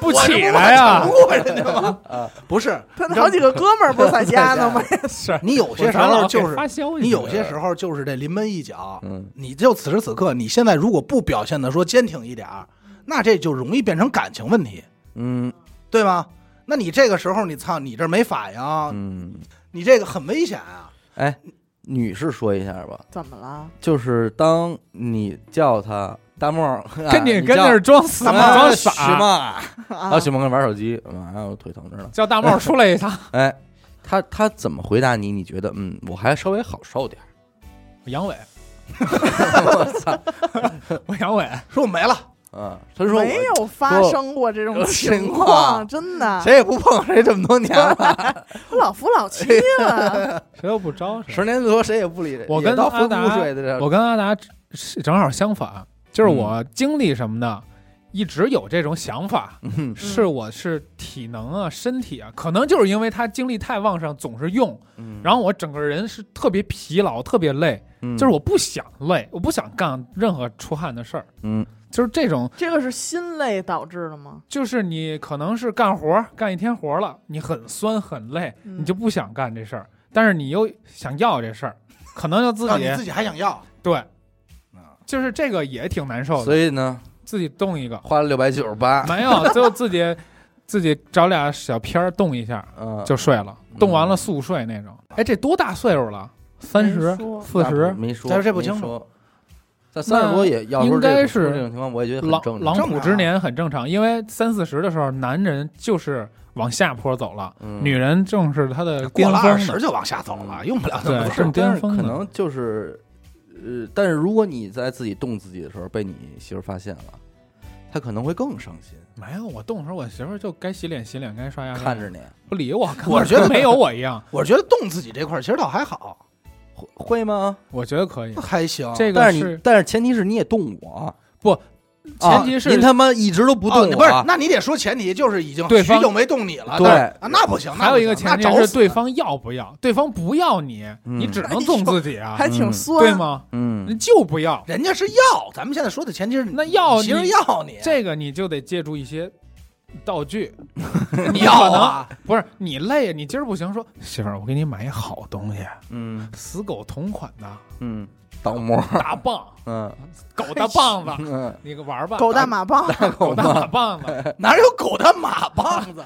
S4: 不起来呀
S2: 我这？不我整不过人家吗？不是，
S3: 他那好几个哥们儿不是在家呢吗？
S4: *laughs* 是
S2: *laughs* 你有
S4: 有
S2: 些时候就是
S4: 发消息，
S2: 你有些时候就是这临门一脚，
S1: 嗯
S2: 你就此时此刻，你现在如果不表现的说坚挺一点儿，
S4: 嗯
S2: 那这就容易变成感情问题，
S1: 嗯
S2: 对吧？那你这个时候你操，你这没反应，
S1: 嗯，
S2: 你这个很危险啊！
S1: 哎，女士说一下吧，
S3: 怎么了？
S1: 就是当你叫他大梦儿，
S4: *laughs*
S1: 啊
S4: 跟
S1: 你
S4: 你跟那儿装死
S1: 大啊
S4: 嘛，
S1: 梦
S4: 装
S1: 什
S4: 傻，
S1: 么？然
S3: 啊
S1: 后，许梦跟玩手机，马上我腿疼着呢。
S4: 叫大帽出来一趟，
S1: 哎，他他怎么回答你？你觉得嗯，我还稍微好受点儿。
S4: 我阳痿，我操，我阳痿，
S2: 说我没了，
S1: 嗯，他说
S3: 没
S1: 我
S3: 有啊发生过这种
S1: 有
S3: 情
S1: 情况
S3: 真的，
S1: 谁也不碰谁这么多年了，
S3: 我老夫老妻啊了，
S4: 谁都不招谁。
S1: 十年最多谁也不理谁，
S4: 我跟
S1: 也到
S4: 阿
S1: 风
S4: 达
S1: 不水的这
S4: 我跟阿达是正好相反，就是我经历什么呢？一直有这种想法，
S1: 嗯
S4: 是我是体能啊、身体啊，可能就是因为他精力太旺盛，总是用，
S1: 嗯
S4: 然后我整个人是特别疲劳、特别累，
S1: 嗯
S4: 就是我不想累，我不想干任何出汗的事儿，
S1: 嗯
S4: 就是这种，
S3: *laughs* 这个是心累导致的吗？
S4: 就是你可能是干活儿干一天活儿了，你很酸很累，
S3: 嗯
S4: 你就不想干这事儿，但是你又想要这事儿，可能就自
S2: 啊
S4: 己
S2: 你自己还想要，
S4: 对
S2: 啊，
S4: 就是这个也挺难受的，
S1: 嗯所以呢，，
S4: 自己动一个
S1: 花了六百九十
S4: *laughs*
S1: 八，
S4: 没有，就自己自己找俩小片儿动一下
S1: 嗯，
S4: 就睡了，动完了速睡那种。哎，这多大岁数了？三十
S3: 没说、
S4: 四十？
S1: 没说，
S2: 但是这不清楚
S1: 没说。在三十多也要说
S4: 应该是
S1: 这种情况，我也觉得很
S4: 狼
S1: 正
S4: 狼
S1: 常。
S4: 虎之年很正常，因为三四十的时候，男人就是往下坡走了，
S1: 嗯
S4: 女人正是她的
S2: 过
S4: 呃巅
S2: 了
S4: 峰
S2: 二十
S4: 的。
S2: 就往下走了，用不了那么
S4: 对
S2: 多。
S1: 是
S4: 是
S1: 但
S4: 巅
S1: 是
S4: 峰
S1: 可
S4: 的
S1: 能就是，呃，但是如果你在自己动自己的时候被你媳妇儿发现了，她可能会更伤心，
S4: 没有，我动的时候，我媳妇儿就该洗脸洗脸，该刷牙，
S1: 看着你
S4: 不理我，
S2: 我觉得
S4: 没有我一样，
S2: 我觉得动自己这块儿其实倒还好，
S1: 会会吗？
S4: 我觉得可以。
S2: 还行。
S4: 嗯
S2: 哦
S4: 这个
S1: 但是你但是前提是你也动我，啊
S4: 不，前提是
S1: 啊
S4: 哦
S1: 您他妈一直都不
S2: 不
S1: 动我，
S2: 不是，那你得说前提就是已经
S4: 啊对方
S2: 许久没动你了。
S1: 对
S2: 但是啊那不行。那不行
S4: 还有一个前提
S2: 那找
S4: 是
S2: 死
S4: 对方要不要，对方不要你，
S1: 嗯
S4: 你只能纵自己啊，
S3: 还挺
S1: 嗯
S3: 酸，
S4: 对吗？你
S1: 嗯，
S4: 就不要
S2: 人家是要，咱们现在说的前提是
S4: 那要
S2: 其实
S4: 你
S2: 要你，
S4: 这个，你就得借助一些道具。
S2: 你要啊，
S4: 不是你累，你今儿不行，说媳妇儿，我给你买一好东西，
S1: 嗯
S4: 死狗同款的
S1: 嗯，倒模，
S4: 大棒，
S1: 嗯
S4: 狗大棒
S1: *laughs*
S4: 子，
S1: 嗯，
S4: 你个玩儿吧，
S3: 狗大马棒，
S4: *laughs* 狗大马棒子，
S2: 哪有狗的马棒
S4: *laughs*
S2: 子？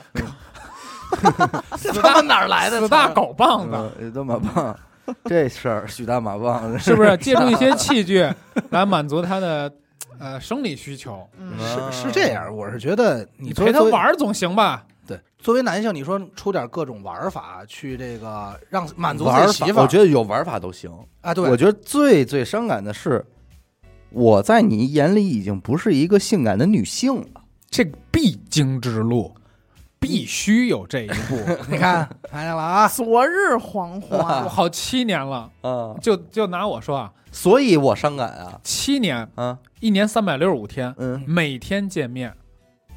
S2: 这他妈哪儿来的词儿？
S4: 死大狗棒子，
S1: 嗯也这么棒，这事儿许大马棒，
S4: *laughs* 是不是？借助一些器具来满足他的呃生理需求，
S3: 嗯
S1: 嗯
S2: 是是这样，我是觉得
S4: 你
S2: 你作
S4: 陪
S2: 为
S4: 他玩，儿总行吧？
S2: 对，作为男性，你说出点各种玩法去这个让满足
S1: 玩法
S2: 自己媳妇儿，
S1: 我觉得有玩法都行。
S2: 啊，
S1: 我
S2: 对，
S1: 觉得最最伤感的是，我在你眼里已经不是一个性感的女性了。
S4: 这个必经之路，必须有这一步。
S2: 你 *laughs* 看看见了
S3: *laughs*
S2: 啊，
S3: 昨日黄
S4: 我
S3: 花，
S4: 好七年了，
S1: 啊，
S4: 就就拿我说啊，
S1: 所以我伤感啊，
S4: 七年，
S1: 啊，
S4: 一年三百六十五天，
S1: *laughs* 嗯，
S4: 每天见面，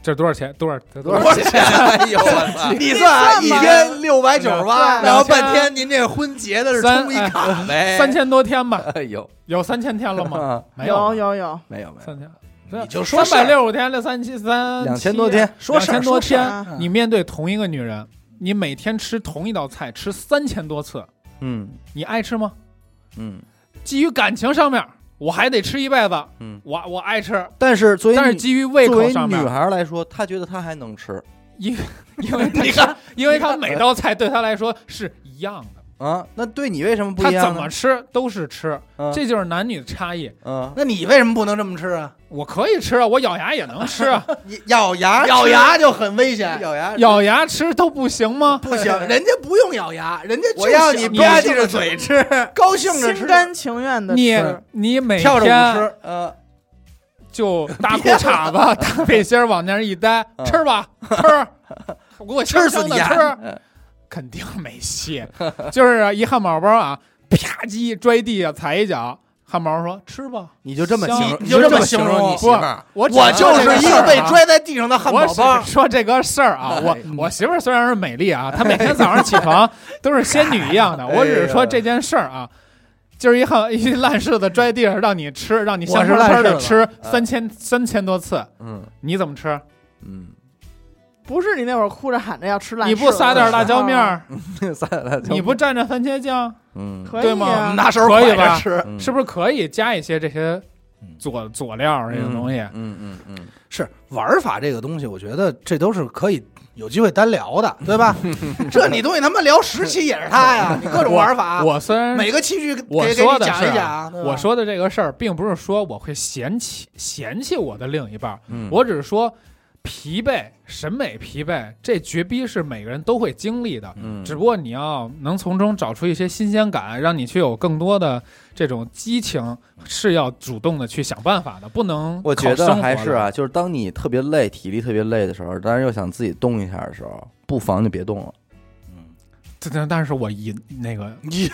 S4: 这多少钱？多少？这多
S1: 多
S4: 少？
S1: 少钱？哎呦，我操！哎
S2: 你算
S3: 你算吧
S2: 六百
S4: 对
S1: 然后
S4: 两千
S1: 半天，您这婚结的是
S4: 三
S1: 充一卡呗？
S4: 三，千多天吧？
S1: 哎呦，
S4: 有三千天了
S1: *laughs*
S4: 吗？
S1: 啊
S4: 没
S3: 有
S4: 有吧，
S3: 有有，
S1: 没有没有，
S4: 三千。
S2: 你就说
S4: 三
S2: 事
S4: 百
S2: 儿
S4: 六十天，这三七三
S1: 两千多天，
S2: 说
S4: 两
S2: 事儿
S4: 千多
S2: 说事
S4: 天，
S3: 啊
S2: 儿，
S4: 你面对同一个女人，你每天吃同一道菜，吃三千多次，
S1: 嗯
S4: 你爱吃吗？
S1: 嗯
S4: 基于感情上面，我还得吃一辈子。
S1: 嗯。
S4: 我我爱吃，
S1: 但是作为
S4: 但是
S1: 女
S4: 基于胃
S1: 作
S4: 口
S1: 为
S4: 上
S1: 女
S4: 面，
S1: 孩来说，她觉得她还能吃
S4: 因因为你看，因为她每道菜对她来说是一样的，
S1: 啊，那对你为什么不
S4: 她
S1: 一
S4: 怎
S1: 样
S4: 么
S1: 呢？
S4: 吃都是吃，
S1: 嗯
S4: 这就是男女的差异。
S1: 嗯，
S2: 那你为什么不能这么吃啊？
S4: 我可以吃啊，我咬牙也能吃啊， *laughs*
S1: 你咬牙
S2: 咬牙就很危险，
S1: 咬牙
S4: 咬牙吃都不行吗？
S2: 不行，人家不用咬牙，人家就
S1: 我要你
S2: 想
S1: 吧
S2: 高
S1: 唧
S2: 兴
S1: 着
S2: 着
S1: 嘴
S2: 嘴，
S1: 吃，
S2: 高兴着
S3: 心
S2: 吃，
S3: 甘情愿的
S4: *laughs* 你
S3: 吃，
S4: 你每
S2: 跳着舞
S4: 天
S2: 吃，
S1: 呃，
S4: 就大裤衩子、大背心儿往那儿一待
S1: 嗯，
S4: 吃吧，吃，我给我香香的
S2: 吃死你
S4: 吃， *laughs* 肯定没戏。就是一汉堡包啊，啪叽拽地下踩一脚，汉堡包说吃吧，
S1: 你就这么
S4: 香
S1: 形容，
S2: 你就这么形容
S1: 你媳
S2: 你媳
S1: 妇
S4: 妇
S1: 儿
S4: 儿，我
S2: 我
S4: 只说
S2: 就
S4: 这
S2: 是
S4: 事
S2: 一个
S4: 儿
S2: 被
S4: 啊
S2: 拽在地上的汉堡
S4: 我
S2: 包
S4: 只。说这个事儿
S2: 哎
S4: 啊，我我媳妇儿虽然是美丽啊，她每天早上起床都是仙女一
S2: 哎
S4: 样的。我只是说这件事儿啊，就是一号一烂柿子拽地上让你吃，让你
S2: 我
S4: 香
S2: 是
S4: 喷
S2: 烂
S4: 喷的
S2: 柿子
S4: 吃
S1: 嗯
S4: 三千三千多次，
S1: 嗯
S4: 你怎么吃？
S1: 嗯，
S3: 不是你那会儿哭着喊着要吃辣，
S4: 你不撒点辣椒面
S3: 儿，
S4: 儿，
S2: 嗯
S1: 撒点辣椒，
S4: 你不蘸着番茄酱，
S1: 嗯
S3: 可以
S4: 对
S3: 啊
S4: 吗
S2: *laughs* 拿手
S4: 可以
S2: 拐着
S4: 吧
S2: 吃，
S1: 嗯
S4: 是不是可以加一些这些
S2: 嗯啊
S4: 佐佐料儿这种东西？
S1: 嗯嗯嗯
S2: 是玩法这个东西，我觉得这都是可以有机会单聊的，对吧？这你东西他妈聊十期也是他呀，你各种玩法，
S4: 我虽然
S2: 每个器具给
S4: 我
S2: 给给
S4: 说
S2: 你
S4: 的
S2: 讲
S4: 是
S2: 一
S4: 啊
S2: 讲。对吧
S4: 我说的这个事儿，并不是说我会嫌弃嫌弃我的另一半儿，
S1: 嗯
S4: 我只是说疲惫、审美疲惫，这绝逼是每个人都会经历的。
S1: 嗯，
S4: 只不过你要能从中找出一些新鲜感，让你去有更多的这种激情，是要主动的去想办法的，不能
S1: 我觉
S4: 靠
S1: 得
S4: 生活
S1: 还是啊，
S4: 来，
S1: 就是当你特别累、体力特别累的时候，但是又想自己动一下的时候，不妨就别动了。
S4: 但但但是我引
S1: *laughs*
S4: 那个
S2: 你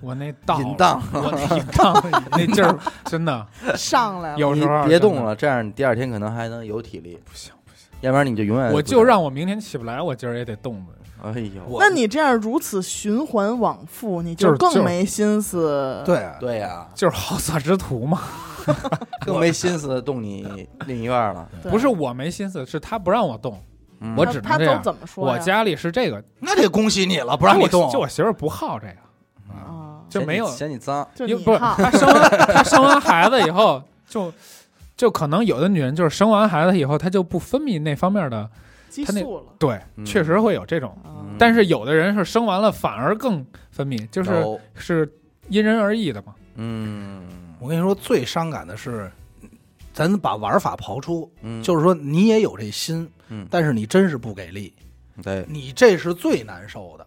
S4: 我那荡
S1: 淫荡，
S4: 我淫
S1: *laughs*
S4: 荡那劲儿真的
S3: 上来了，
S4: 有时候
S1: 你别动
S4: 真的
S1: 了，这样你第二天可能还能有体力，
S4: 不行不行，
S1: 要不然你就永远
S4: 我
S1: 哎不
S4: 就
S1: 动
S4: 让我明天起不来，我今儿也得动的。
S1: 哎呦，
S2: 我
S3: 那你这样如此循环往复，你
S4: 就是就是
S3: 更没心思。
S2: 对啊
S1: 对呀、
S4: 就是好色之徒嘛，
S1: 更没心思动你另一半了。
S3: 对
S4: 不是我没心思，是他不让我动。
S1: 嗯
S4: 我
S3: 他
S4: 只能
S3: 他
S4: 这样
S3: 都怎么说呀？
S4: 我家里是这个，
S2: 那得恭喜你了，不让你动
S4: 就。哎我媳妇儿不好这个，
S3: 啊，
S4: 就
S1: 嫌
S4: 没
S1: 你
S4: 有
S1: 嫌你脏，
S3: 就
S4: 因
S3: 你
S4: 为不是 *laughs*
S3: 哈
S4: 她生完她生完孩子以后就。就可能有的女人就是生完孩子以后，她就不分泌那方面的，
S3: 激
S4: 他那
S3: 素了
S4: 对，
S1: 嗯
S4: 确实会有这种。
S3: 啊
S1: 嗯
S4: 但是有的人是生完了反而更分泌，就是
S1: 有
S4: 是因人而异的嘛。
S1: 嗯
S2: 我跟你说，最伤感的是，咱把玩法刨出，
S1: 嗯，
S2: 就是说你也有这心，
S1: 嗯
S2: 但是你真是不给力，
S1: 对，
S2: 你这是最难受的。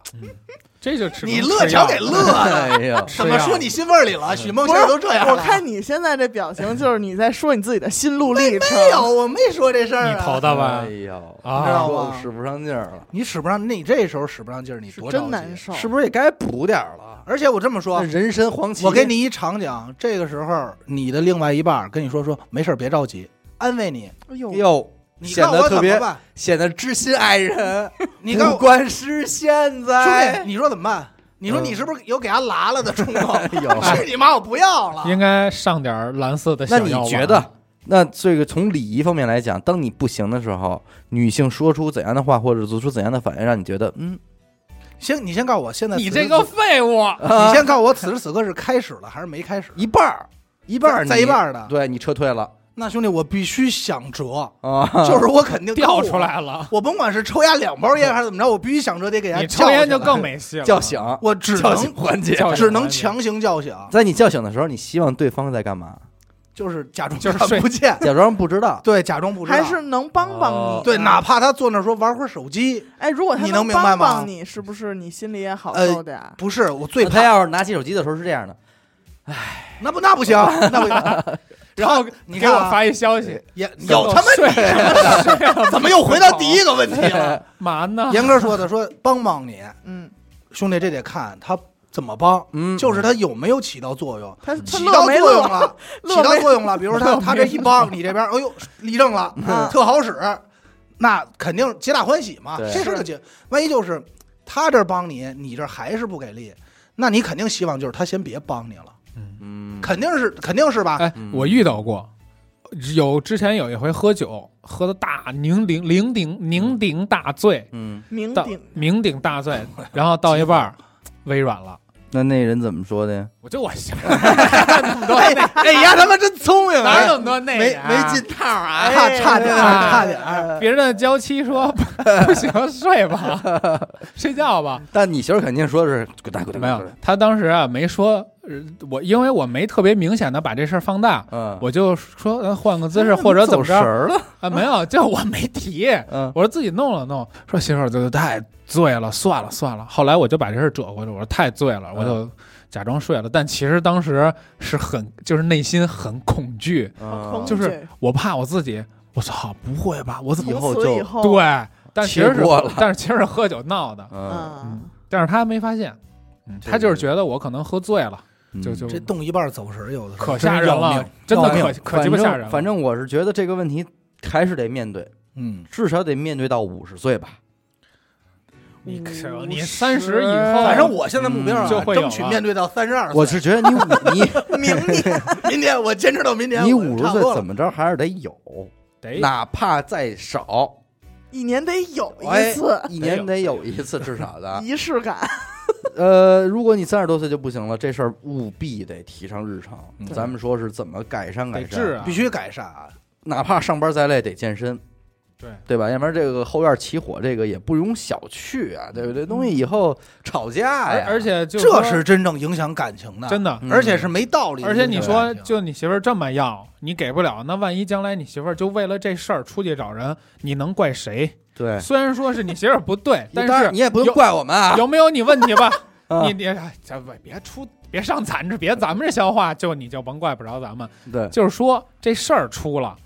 S4: 这就吃
S2: 你乐瞧给
S4: *laughs*
S2: 乐的，
S1: *laughs* 哎呀，
S2: 怎么说你心味儿里了？许梦现在都这样了，
S3: 我看你现在这表情，就是你在说你自己的心路历程。
S2: 没有，哎我没说这事儿、啊。
S4: 你投的吧
S1: 哎？呦
S4: 啊
S1: 知道吗
S2: 知道吗
S1: 使不上劲儿了，
S2: 你使不上，你这时候使不上劲儿，你多
S3: 是真
S2: 着急
S3: 难受
S1: 是不是也该补点儿了？
S2: 而且我这么
S1: 那
S2: 说，
S1: 人参黄芪，
S2: 我给你一场景，这个时候你的另外一半跟你说说没事儿，别着急，安慰你。
S3: 哎呦，
S1: 哟，
S2: 你
S1: 显
S2: 告诉
S1: 得
S2: 我
S1: 特
S2: 怎么
S1: 别
S2: 办？
S1: 显得知心爱人，
S2: 你告
S1: 不
S2: 诉我
S1: 关失现
S2: 兄弟，
S1: 在。
S2: 你说怎么办？你说
S1: 嗯
S2: 你是不是有给他拉了的冲动？
S1: 哎呦，
S2: 是你妈，我不要了。
S4: 应该上点儿蓝色的
S1: 那
S4: 小
S1: 你
S4: 药丸
S1: 觉得？那这个从礼仪方面来讲，当你不行的时候，女性说出怎样的话，或者做出怎样的反应，让你觉得嗯，
S2: 先，你先告诉我现在
S4: 你
S2: 此时
S4: 这个
S2: 此，
S4: 废物！
S1: 啊
S2: 你先告诉我此时此刻是开始了还是没开始？
S1: 一半儿，一半儿
S2: 在
S1: 你
S2: 一半儿的
S1: 对你撤退了
S2: 那兄弟，我必须想辙，
S1: 啊，
S2: 就是我肯定
S4: 掉出
S2: 够了。
S4: 来了，
S2: 我甭管是抽烟两包烟还是怎么着，我必须想辙得给人
S4: 你
S2: 家
S4: 抽烟就
S2: 叫醒
S4: 更没戏了。
S1: 叫醒，
S2: 我只
S1: 叫醒
S2: 能
S1: 环节。
S4: 叫醒
S2: 只能强行叫醒，
S1: 在你叫醒的时候，你希望对方在干嘛？
S2: 就是假装
S4: 就是
S2: 看
S4: 睡 *laughs*
S2: 不见，。
S1: 假装不知道
S2: 对，假装不知道，
S3: 还是能帮
S1: 哦
S3: 帮你。
S4: 啊
S3: 啊
S2: 对，哪怕他坐那儿说玩会儿手机，
S3: 哎，如果他
S2: 你能明白
S3: 帮
S2: 吗
S3: 帮你，是不是你心里也好
S2: 呃
S3: 受点儿？啊
S2: 不是我最
S1: 那他
S2: 怕，
S1: 要是拿起手机的时候是这样的，
S2: 那不那
S4: *laughs*
S2: 不行，那不行。然后你
S4: 你
S2: 看
S4: 给我
S2: 啊，
S4: 发一消息，
S2: 也
S4: 等
S2: 有
S4: 我
S2: 他妈
S4: 睡
S2: 你怎么又回到第一个问题
S4: *laughs*
S2: 了？
S4: 嘛呢？
S2: 严哥说的，说帮帮你，
S3: 嗯，
S2: 兄弟，这得看他怎么帮，
S1: 嗯，
S2: 就是他有没有起到作用。
S3: 他他
S2: 起到
S3: 乐
S2: 作
S3: 没
S2: 用
S3: 乐？
S2: 了，
S3: 乐
S2: 起到
S3: 没
S2: 作用了。比如
S4: *laughs*
S2: 他他这一帮，你这边，哎呦，立正了，
S4: 嗯
S3: 啊
S2: 特好使，那肯定皆大欢喜嘛。
S1: 对
S2: 这事儿就解。万一就是他这儿帮你，你这儿还是不给力，那你肯定希望就是他先别帮你了，
S1: 嗯，
S2: 肯定是肯定是吧？
S4: 哎
S1: 嗯，
S4: 我遇到过，有之前有一回喝酒，喝的大酩酊酩酊酩酊大醉，
S1: 嗯，
S3: 酩
S4: 到
S3: 酊
S4: 酩酊大 *laughs* 醉，然后到一半 *laughs* 儿微软了，
S1: 那那人怎么说的呀？
S4: 我就我媳妇
S2: 哎哎呀，他妈真聪明
S4: 哪
S2: 啊，
S4: 有那么多那
S2: 没
S4: 个啊
S2: 没
S3: *laughs*
S2: 进套啊，
S3: 哎
S2: 差差点儿
S4: 哎
S2: 差点儿。
S4: 别人的娇妻 *laughs* 说不行，睡 *laughs* 吧，睡觉吧。
S1: 但你媳妇儿肯定说的是滚蛋滚蛋，
S4: 没有
S1: 滚蛋，
S4: 他当时啊没说，呃我因为我没特别明显的把这事儿放大，
S1: 嗯，
S4: 我就说呃换个姿势或者怎么
S1: 走神
S4: 着
S1: 儿了？
S4: 啊，没有，就我没提，
S1: 嗯，
S4: *laughs* 我说自己弄了弄，说媳妇儿这太醉了，算了算了。后来我就把这事儿折回去，我说太醉了，
S1: 嗯
S4: 我就假装睡了，但其实当时是很就是内心很恐惧，
S1: 嗯
S4: 就是
S3: 对
S4: 我怕我自己，我操，不会吧，我怎么
S1: 以
S3: 哎
S1: 后
S3: 从此
S1: 就
S3: 以后，
S4: 对？但其实
S1: 切
S4: 是
S1: 过了
S4: 但是其实是喝酒闹的，
S1: 嗯，
S3: 嗯，
S4: 但是他没发现，嗯，
S1: 这
S4: 他就是
S1: 个
S4: 觉得我可能喝醉了，
S1: 嗯
S4: 就就
S2: 这动一半走神，有的
S4: 可吓人了，，真的
S2: 要命
S4: 可可鸡巴吓人了。
S1: 反正我是觉得这个问题还是得面对，
S2: 嗯，
S1: 至少得面对到五十岁吧。
S4: 你
S3: 50
S4: 你三十以后，
S2: 反正我现在目
S1: 嗯
S2: 标啊
S4: 就会有
S2: 争取
S4: 了
S2: 面对到三十二岁。
S1: 我是觉得你五你
S3: 明年
S2: 明年我坚持到明年，
S1: 你
S2: 我
S1: 五十
S2: 差不
S1: 岁
S2: 多了
S1: 怎么着还是得有，
S4: 得
S1: 哪怕再少，
S3: 一年得
S2: *laughs*
S3: 有
S1: 哎
S3: 一次
S2: 啊
S1: 一年得有一次至少的。
S3: 仪式感。
S1: 呃，如果你三十多岁就不行了，这事儿务必得提上日程。
S2: 嗯
S1: 咱们说是怎么改善
S4: 得
S1: 改
S4: 治
S1: 善，
S4: 啊，
S2: 必须改善啊！
S1: 哪怕上班再累得健身，
S4: 对
S1: 对吧？要不然这个后院起火，这个也不容小觑啊，对不对？东西以后吵架
S4: 嗯而
S1: 呀，
S4: 而且就
S2: 这
S4: 说
S2: 是真正影响感情的，
S4: 真的。
S1: 嗯
S2: 而且是没道理的
S4: 而
S2: 影响
S4: 且
S2: 感
S4: 你
S2: 情。
S4: 说，就你媳妇儿这么要，你给不了，那万一将来你媳妇儿就为了这事儿出去找人，你能怪谁？
S1: 对，
S4: 虽然说是你媳妇儿不对，但
S1: 当然 *laughs*
S4: 是
S1: 你也不能
S4: 有
S1: 怪我们啊，
S4: 有没有你问
S1: *laughs*
S4: 题吧？
S1: 啊
S4: 你你哎这不别出别上咱这，别咱们这消化，就你就甭怪不着咱们。
S1: 对
S4: 就是说这事儿出了，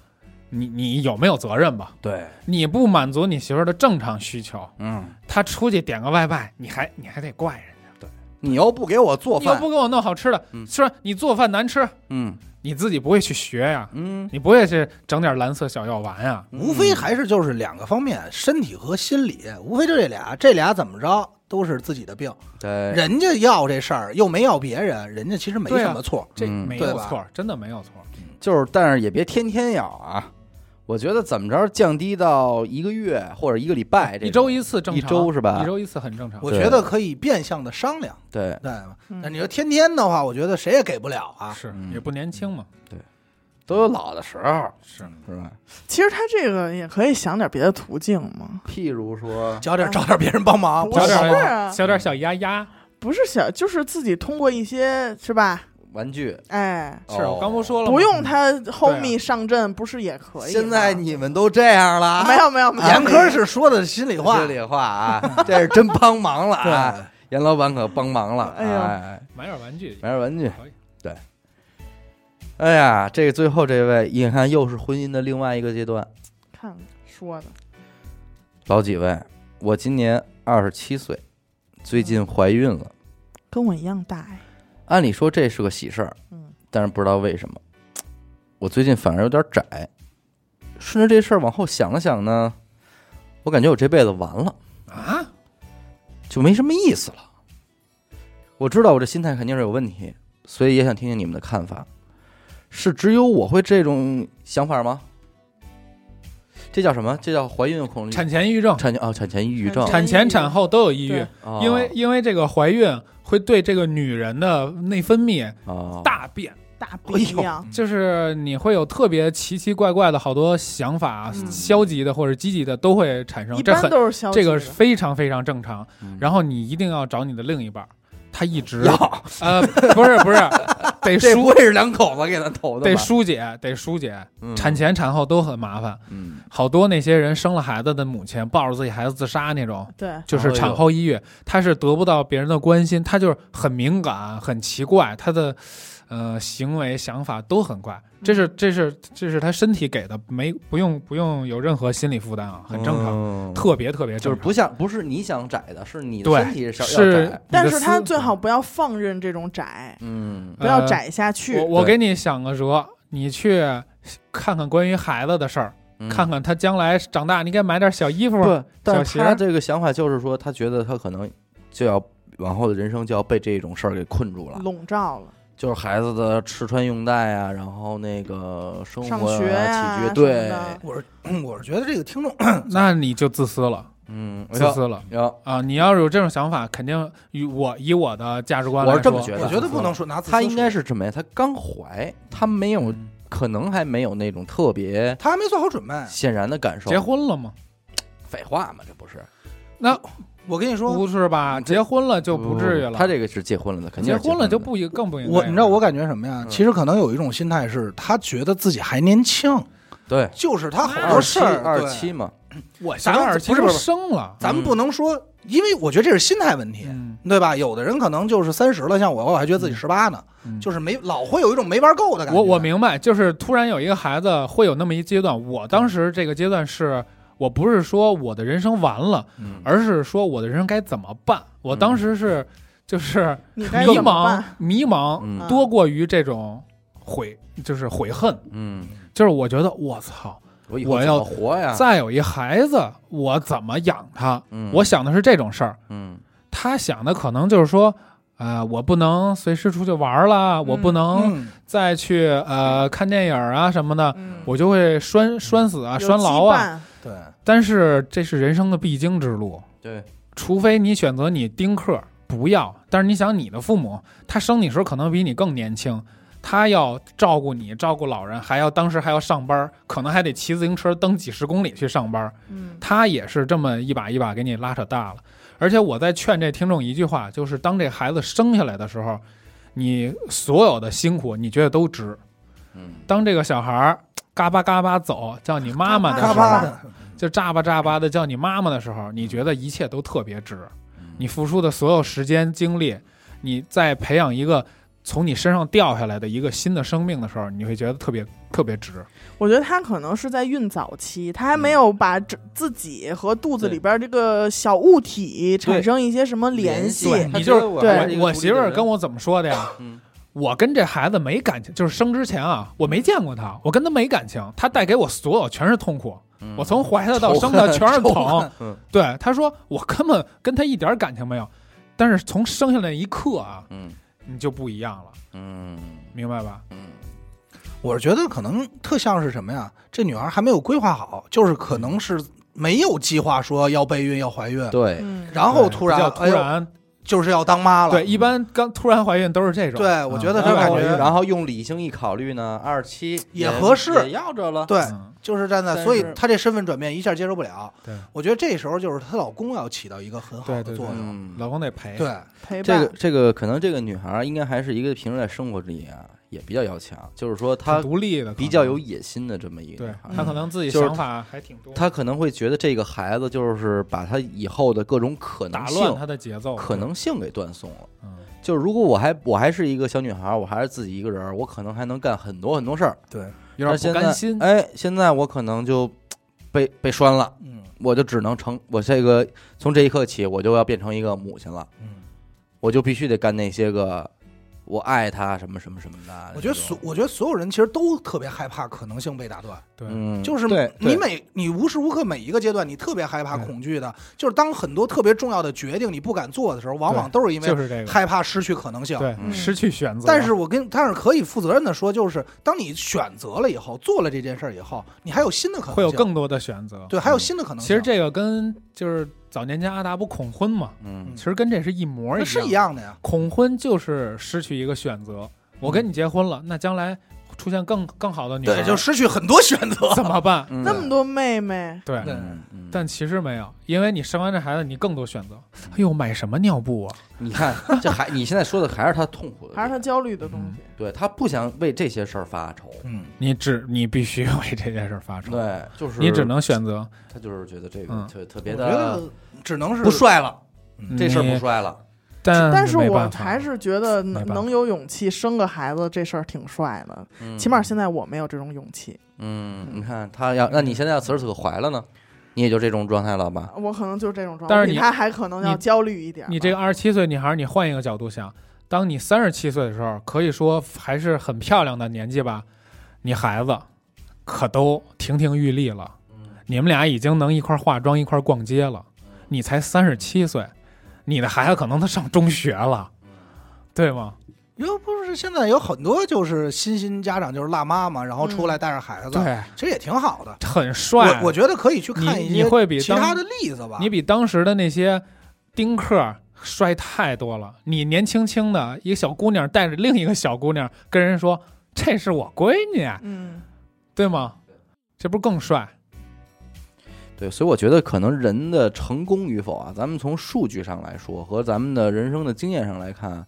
S4: 你你有没有责任吧？
S1: 对，
S4: 你不满足你媳妇儿的正常需求，
S1: 嗯，
S4: 她出去点个外卖，你还你还得怪人家，
S1: 你又不给我做
S4: 你又
S1: 饭，
S4: 不给我弄好吃的，
S1: 嗯
S4: 是吧？你做饭难吃，
S1: 嗯
S4: 你自己不会去学呀，
S1: 嗯，
S4: 你不会去整点蓝色小药丸呀？
S2: 无非还是就是两个方面，身体和心理，无非就这俩，这俩怎么着都是自己的病。
S1: 对，
S2: 人家要这事儿，又没要别人，人家其实没
S4: 对啊
S2: 什么错。
S4: 这
S1: 嗯
S4: 没
S2: 对
S4: 有
S2: 吧
S4: 错，真的没有错。
S1: 就是，但是也别天天咬啊。我觉得怎么着降低到一个月或者一个礼拜这种，
S4: 一周一次正常，
S1: 一周是吧
S4: 一周一次很正常。
S2: 我
S1: 对
S2: 觉得可以变相的商量，
S1: 对，
S2: 对吧？
S3: 嗯
S2: 但你说天天的话，我觉得谁也给不了啊。
S4: 是
S1: 嗯
S4: 也不年轻嘛，
S1: 都有老的时候，
S4: 是
S1: 是吧？
S3: 其实他这个也可以想点别的途径嘛，
S1: 譬如说，
S2: 找点找点别人帮忙，
S3: 不
S4: 小
S3: 是
S4: 点儿
S3: 啊，
S4: 小点儿小丫丫。
S3: 不是想，就是自己通过一些是吧？
S1: 玩具，
S3: 哎，
S4: 是
S1: 哦
S4: 我刚不说了吗，嗯啊
S3: 不用他 homie 上阵，不是也可以吗？
S1: 现在你们都这样
S4: *laughs*
S1: 了，
S3: 没有没有没有，啊
S2: 严科是说的心里话
S1: 这。
S2: 哎
S1: 里话啊，这是真帮忙了
S2: 对
S1: 啊，严老板可帮忙了，
S3: 哎呦
S1: 哎，
S4: 买点玩具。
S1: 买点玩具
S4: 可以，
S1: 对。哎呀，这个最后这位，你看又是婚姻的另外一个阶段，
S3: 看看说的，
S1: 老几位，我今年二十七岁，最近怀孕了。
S3: 跟我一样大哎，
S1: 按理说这是个喜事儿，
S3: 嗯，
S1: 但是不知道为什么，我最近反而有点窄。顺着这事儿往后想了想呢，我感觉我这辈子完了，
S4: 啊，
S1: 就没什么意思了。我知道我这心态肯定是有问题，所以也想听听你们的看法。是只有我会这种想法吗？这叫什么？这叫怀孕恐惧
S4: 产前抑郁症，
S1: 产前哦，嗯产前抑郁症，
S4: 产前产后都有抑郁，
S1: 哦
S4: 因为因为这个怀孕会对这个女人的内分泌
S1: 哦
S4: 大变，
S3: 大不一样，
S4: 就是你会有特别奇奇怪怪的好多想法，啊
S3: 嗯
S4: 消极的或者积极的都会产生
S3: 一，
S4: 这
S3: 般
S4: 很
S3: 都是消极
S4: 这
S3: 的
S4: 个是非常非常正常。
S1: 嗯
S4: 然后你一定要找你的另一半儿，他一直
S1: 要
S4: 呃不是不是
S1: *laughs*
S4: 得
S1: 这不
S4: 疏
S1: 会是两口子给咱投的
S4: 得
S1: 吧？
S4: 疏解得疏解，
S1: 嗯
S4: 产前产后都很麻烦，
S1: 嗯
S4: 好多那些人生了孩子的母亲抱着自己孩子自杀那种。
S3: 对，
S4: 就是产后抑郁，她是得不到别人的关心，她就是很敏感、很奇怪，她的呃行为、想法都很怪，
S1: 嗯
S4: 这是这是这是她身体给的，没不用不用有任何心理负担啊，很正常，
S1: 常
S4: 特别特别
S1: 就
S4: 正
S1: 是
S4: 常
S1: 不像不是你想窄的，是你的
S4: 对
S1: 身体想要
S4: 是
S1: 窄。，
S3: 但是他最好不要放任这种窄，
S1: 嗯
S3: 不要
S4: 呃
S3: 窄下去
S4: 我，我
S1: 对
S4: 给你想个辙，你去看看关于孩子的事儿，
S1: 嗯
S4: 看看他将来长大，你该买点小衣服。
S1: 不，但是
S4: 小
S1: 他
S4: 鞋
S1: 这个想法就是说，他觉得他可能就要往后的人生就要被这种事儿给困住了，
S3: 笼罩了，
S1: 就是孩子的吃穿用戴啊，然后那个生
S3: 上
S1: 活
S3: 学
S1: 啊、
S3: 呀
S1: 起居，
S3: 什么
S1: 对，
S3: 的
S2: 我是嗯我是觉得这个听众，
S4: 那你就自私了，
S1: 嗯，
S4: 自
S1: 要
S4: 私了
S1: 要，
S4: 啊！你要是有这种想法，肯定与我以我的价值观来
S1: 我是
S4: 说，
S1: 这么觉得
S2: 我觉得不能说拿自私
S1: 他应该
S2: 说
S1: 是这么样，他刚怀，他没有，
S4: 嗯
S1: 可能还没有那种特别
S2: 他还没做好准备。
S1: 显然的感受。
S4: 结婚了吗？
S1: 废话嘛，这不是
S2: 我跟你说，
S4: 不是吧？
S1: 这
S4: 结婚了就不至于了。
S1: 嗯他这个是结婚了的，肯定
S4: 结
S1: 是
S4: 婚了
S1: 的
S4: 就不应更不应该。
S2: 我你知道我感觉什么呀？其实可能有一种心态是，他觉得自己还年轻，
S1: 对。
S2: 就是他好
S1: 二
S2: 多
S1: 七
S2: 事儿
S1: 二
S2: 对
S1: 七嘛，
S4: 我
S2: 咱
S4: 小
S2: 们
S4: 耳其
S2: 不是
S4: 实
S2: 不是
S4: 生了，
S2: 咱们不能说，因为我觉得这是心态问题，
S4: 嗯，
S2: 对吧？有的人可能就是三十了，像我，我还觉得自己十八呢，
S4: 嗯
S2: 就是没老会有一种没玩够的感觉。
S4: 我我明白，就是突然有一个孩子会有那么一阶段，我当时这个阶段是。我不是说我的人生完了，
S1: 嗯
S4: 而是说我的人生该怎么办。我当时是就是
S3: 你嗯 *laughs* 该
S4: 迷
S3: 怎么
S4: 茫啊
S3: 办？，
S4: 迷茫
S1: 嗯
S4: 多过于这种悔，就是悔恨，
S1: 嗯，
S4: 就是我觉得我操，
S1: 我以后
S4: 我
S1: 怎
S4: 要
S1: 么活
S3: 啊
S1: 呀，
S4: 再有一孩子，我怎么养他？
S1: 嗯
S4: 我想的是这种事儿，
S1: 嗯
S4: 他想的可能就是说。啊、我不能随时出去玩了，我不能
S2: 嗯，
S4: 再去呃看电影啊什么的，
S3: 嗯，
S4: 我就会拴拴死啊，
S3: 有
S4: 拴牢啊。
S3: 羁绊，
S2: 对，
S4: 但是这是人生的必经之路，
S1: 对，
S4: 除非你选择你丁克不要。但是你想，你的父母他生你时候可能比你更年轻，他要照顾你，照顾老人，还要当时还要上班，可能还得骑自行车蹬几十公里去上班，
S3: 嗯
S4: 他也是这么一把一把给你拉扯大了。而且我再劝这听众一句话，就是当这孩子生下来的时候，你所有的辛苦你觉得都值。
S1: 嗯，
S4: 当这个小孩儿嘎巴嘎巴走，叫你妈妈的
S2: 嘎
S4: 时
S2: 巴
S4: 候，
S2: 的，
S4: 就咋巴咋巴的叫你妈妈的时候，你觉得一切都特别值。
S1: 嗯
S4: 你付出的所有时间精力，你在培养一个从你身上掉下来的一个新的生命的时候，你会觉得特别特别值。
S3: 我觉得他可能是在孕早期，他还没有把这自己和肚子里边这个小物体产生一些什么联系。
S4: 对
S1: 他
S4: 你
S1: 觉
S4: 就是
S1: 得我
S3: 对
S1: 还是一
S4: 我
S1: 个
S4: 我
S1: 独
S4: 媳
S1: 立
S4: 妇
S1: 的
S4: 儿
S1: 人
S4: 跟我怎么说的呀？
S1: 嗯
S4: 我跟这孩子没感情，就是生之前啊，我没见过他，我跟他没感情，他带给我所有全是痛苦，
S1: 嗯
S4: 我从怀他到
S1: 仇
S4: 生他
S1: 恨
S4: 全是
S2: 仇
S4: 疼
S2: 恨。
S1: 嗯
S4: 对，他说我根本跟他一点感情没有，但是从生下来一刻啊，
S1: 嗯
S4: 你就不一样了，
S1: 嗯
S4: 明白吧？
S1: 嗯
S2: 我觉得可能特像是什么呀？这女孩还没有规划好，就是可能是没有计划说要备孕要怀孕，
S1: 对，
S3: 嗯，
S2: 然后
S4: 对
S2: 突
S4: 比
S2: 然
S4: 较突
S2: 哎呦
S4: 然，
S2: 就是要当妈了。
S4: 对，，一般刚突然怀孕都是这种。
S2: 对我觉得
S4: 嗯
S2: 这
S1: 然
S4: 意外
S2: 感
S1: 后
S4: 怀
S2: 觉
S4: 孕
S1: 然后用理性一考虑呢，二七
S2: 也合适
S1: 也要着了。
S2: 对
S4: 嗯
S2: 就是站在，
S1: 但
S2: 所以
S1: 是
S2: 她这身份转变一下接受不了。
S4: 对，
S2: 我觉得这时候就是她老公要起到一个很好
S4: 对
S2: 的
S4: 对
S2: 作
S4: 对
S2: 用。
S1: 嗯，
S4: 老公得陪。
S2: 对，
S3: 陪
S1: 这
S3: 伴。
S1: 个这个可能这个女孩儿应该还是一个平时在生活里啊也比较要强，就是说
S4: 挺
S1: 她
S4: 独立的，
S1: 比较有野心的这么一个
S4: 对
S1: 女孩
S4: 他
S1: 儿。
S4: 可能自己
S1: 就是
S4: 想法还挺多，
S1: 她可能会觉得这个孩子就是把她以后的各种可能
S4: 打乱
S1: 性
S4: 他的节奏，
S1: 可能性给断送了。
S4: 嗯
S1: 就是如果我还我还是一个小女孩儿，我还是自己一个人儿，我可能还能干很多很多事儿。
S2: 对，
S4: 有
S1: 但
S4: 点
S1: 是现
S4: 不
S1: 在
S4: 甘心。
S1: 哎，现在我可能就被被拴了，
S2: 嗯
S1: 我就只能成我这个从这一刻起，我就要变成一个母亲了，
S2: 嗯，
S1: 我就必须得干那些个我爱她什么什么什么的。
S2: 我觉得
S1: 这
S2: 所
S1: 种，
S2: 我觉得所有人其实都特别害怕可能性被打断，
S4: 对，嗯
S1: 嗯，
S2: 就是
S1: 对
S2: 你
S1: 对
S2: 每你无时无刻每一个阶段，你特别害怕
S4: 对
S2: 恐惧的，就是当很多特别重要的决定你不敢做的时候，往往
S4: 对
S2: 都是因为
S4: 就是这个，
S2: 害怕失去可能性。
S4: 对，
S1: 嗯
S4: 失去选择。
S2: 但是我跟但是可以负责任的说，就是当你选择了以后，做了这件事儿以后，你还有新的可能性，
S4: 会有更多的选择。
S2: 对，还有新的可能
S4: 其
S2: 性。
S4: 实这个跟就是早年间阿达不恐婚嘛，
S1: 嗯
S4: 其实跟这是一模一
S2: 那
S4: 样。
S2: 是一样的呀，
S4: 恐婚就是失去一个选择。我跟你结婚了，那将来出现更更好的女
S2: 对，
S4: 儿，
S2: 就失去很多选择。
S4: 怎么办？
S1: 嗯
S3: 那么多妹妹，
S4: 对。
S2: 对
S1: 嗯嗯
S4: 但其实没有，因为你生完这孩子，你更多选择。哎呦，买什么尿布啊？
S1: 你看，这还你现在说的还是她痛苦的地
S3: 还
S1: 方，
S3: 是她焦虑的东西。
S1: 对她不想为这些事儿发愁，
S2: 嗯，
S4: 你只你必须为这件事儿发愁，
S1: 对，就是
S4: 嗯你只能选择。
S1: 她就是觉得这个
S4: 嗯
S1: 特特
S2: 我
S1: 别
S2: 觉
S1: 的
S2: 得只能是
S1: 不帅了，嗯
S3: 嗯
S1: 这事儿
S4: 你
S1: 不，帅了，
S4: 但
S3: 但是
S4: 嗯没
S3: 我
S4: 办法
S3: 还是觉得
S4: 没
S3: 能
S4: 办法
S3: 能有勇气生个孩子这事儿挺帅的，
S1: 嗯
S3: 起码现在我没有这种勇气，
S1: 嗯，你看他要，那你现在要此时此刻怀了呢，你也就这种状态了吧？
S3: 我可能就是这种状态，
S4: 但是
S3: 我比
S4: 你
S3: 他还可能要
S4: 你
S3: 焦虑一点吧。
S4: 你这个二十七岁女孩，你换一个角度想，当你三十七岁的时候，可以说还是很漂亮的年纪吧，你孩子可都亭亭玉立了，
S1: 嗯
S4: 你们俩已经能一块儿化妆一块儿逛街了，你才三十七岁，你的孩子可能他上中学了，
S1: 嗯
S4: 对吗？
S2: 又不是现在有很多就是新兴家长就是辣妈嘛，然后出来带着孩子，
S4: 嗯对，
S2: 其实也挺好的。
S4: 很帅
S2: 我，我觉得可以去看
S4: 你
S2: 一
S4: 你
S2: 些
S4: 会比
S2: 其
S4: 当
S2: 他的例子吧。
S4: 你比当时的那些丁克帅太多了。你年轻轻的一个小姑娘带着另一个小姑娘跟人说：“这是我闺女，啊
S3: 嗯，
S4: 对吗？”这不是更帅？
S1: 对，所以我觉得可能人的成功与否啊，咱们从数据上来说和咱们的人生的经验上来看，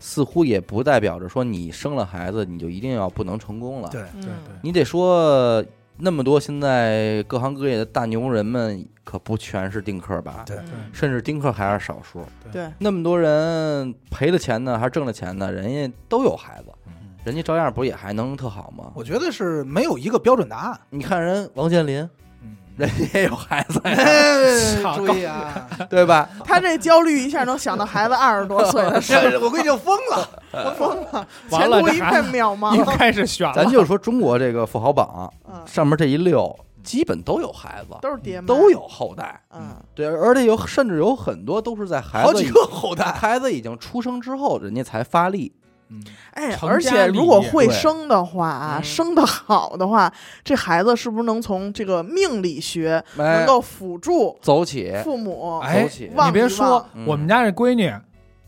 S1: 似乎也不代表着说你生了孩子你就一定要不能成功了。
S2: 对
S3: 嗯
S4: 对
S1: 你得说那么多现在各行各业的大牛人们可不全是丁克吧？
S2: 对
S4: 对
S3: 嗯
S1: 甚至丁克还是少数。
S3: 对
S1: 那么多人赔了钱呢，还是挣了钱呢？人家都有孩子
S4: 嗯，
S1: 人家照样不也还能特好吗？
S2: 我觉得是没有一个标准答案。
S1: 你看人王健林，
S2: 嗯， *laughs*
S1: 人家也有孩子呀，
S4: 操
S2: 注意啊！
S1: *laughs* 对吧？
S3: 他这焦虑一下能想到孩子二十多岁的事儿，
S2: 这哎我估计就疯
S4: *laughs*
S2: 了。
S3: 我疯了，
S4: 完
S3: 前
S4: 了
S3: 途
S4: 这
S3: 一
S4: 孩
S3: 片
S4: 子
S3: 渺
S4: 又
S3: 茫。
S4: 开始选了。
S1: 咱就说中国这个富豪榜啊
S3: 嗯，
S1: 上面这一溜，基本都有孩子，
S3: 都是爹妈，
S1: 都。有后代，
S3: 嗯，
S1: 对，而且有甚至有很多都是在孩
S2: 好
S1: 子
S2: 几
S1: 已
S2: 个后代，
S1: *laughs* 孩子已经出生之后，人家才发力。
S2: 嗯，
S3: 哎，
S4: 成
S3: 而
S4: 家
S3: 且
S4: 立
S3: 如果
S4: 业
S3: 会
S1: 对
S3: 生的话啊，
S1: 嗯
S3: 生的好的话，这孩子是不是能从这个命理学能
S1: 哎，
S3: 够辅助
S1: 走起，
S3: 父母？
S4: 哎，
S1: 走起
S3: 忘
S4: 你别
S3: 一
S4: 说
S3: 忘，
S1: 嗯
S4: 我们家这闺女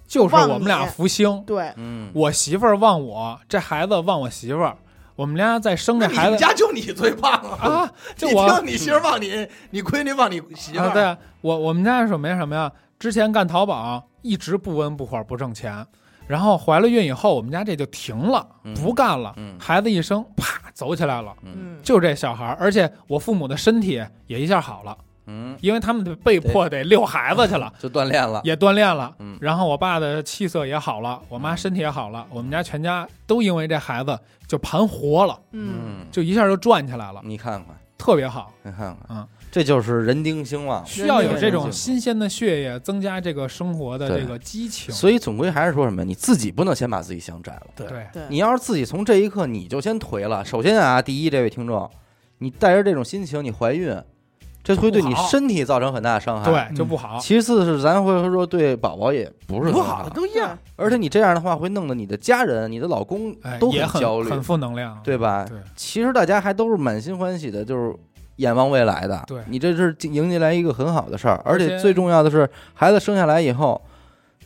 S4: 就是我
S3: 忘
S4: 们俩
S3: 你
S4: 福星，
S3: 对，
S1: 嗯，
S4: 我媳妇儿忘我，这孩子忘我媳妇儿，我们俩在生这
S2: 你
S4: 孩
S2: 们
S4: 子
S2: 家就你最棒了！
S4: 啊，就
S2: 你
S4: 我
S2: 听你媳妇儿忘你，你闺女忘你媳妇
S4: 啊，
S2: 儿，
S4: 对啊，我我们家什么呀什么呀？之前干淘宝一直不温不火不挣钱，然后怀了孕以后，我们家这就停了，
S1: 嗯
S4: 不干了，
S1: 嗯
S4: 孩子一生啪走起来了，
S1: 嗯
S3: 嗯，
S4: 就这小孩儿，而且我父母的身体也一下好了，
S1: 嗯，
S4: 因为他们被迫得遛孩子去了。
S1: 就锻炼了，
S4: 也锻炼了
S1: 啊嗯，
S4: 然后我爸的气色也好了，我妈身体也好了，我们家全家都因为这孩子就盘活了，
S3: 嗯，
S1: 嗯，
S4: 就一下就转起来了，
S1: 你看看，
S4: 特别好。
S1: 你看看，
S4: 嗯，
S1: 这就是人丁兴旺。
S4: 需要有这
S1: 人类
S4: 种新鲜的血液，增加这个生活的
S1: 对
S4: 这个激情。
S1: 所以总归还是说什么呀，你自己不能先把自己想窄了。
S2: 以
S4: 对，
S3: 对，
S1: 你要是自己从这一刻你就先颓了，首先啊，第一，这位听众，你带着这种心情，你怀孕，这会对你
S4: 不好
S1: 身体造成很大的伤害。
S4: 对
S2: 嗯
S4: 就不好。
S1: 其次是咱会说对宝宝也不是
S2: 不
S1: 很
S2: 好都一样。
S1: 而且你这样的话会弄得你的家人、你的老公
S4: 哎，
S1: 都
S4: 也很
S1: 焦虑，
S4: 很负能量。
S1: 对吧？
S4: 对
S1: 其实大家还都是满心欢喜的，就是眼望未来的。
S4: 对
S1: 你这是迎进来一个很好的事儿，而
S4: 而且
S1: 且最重要的是，孩子生下来以后，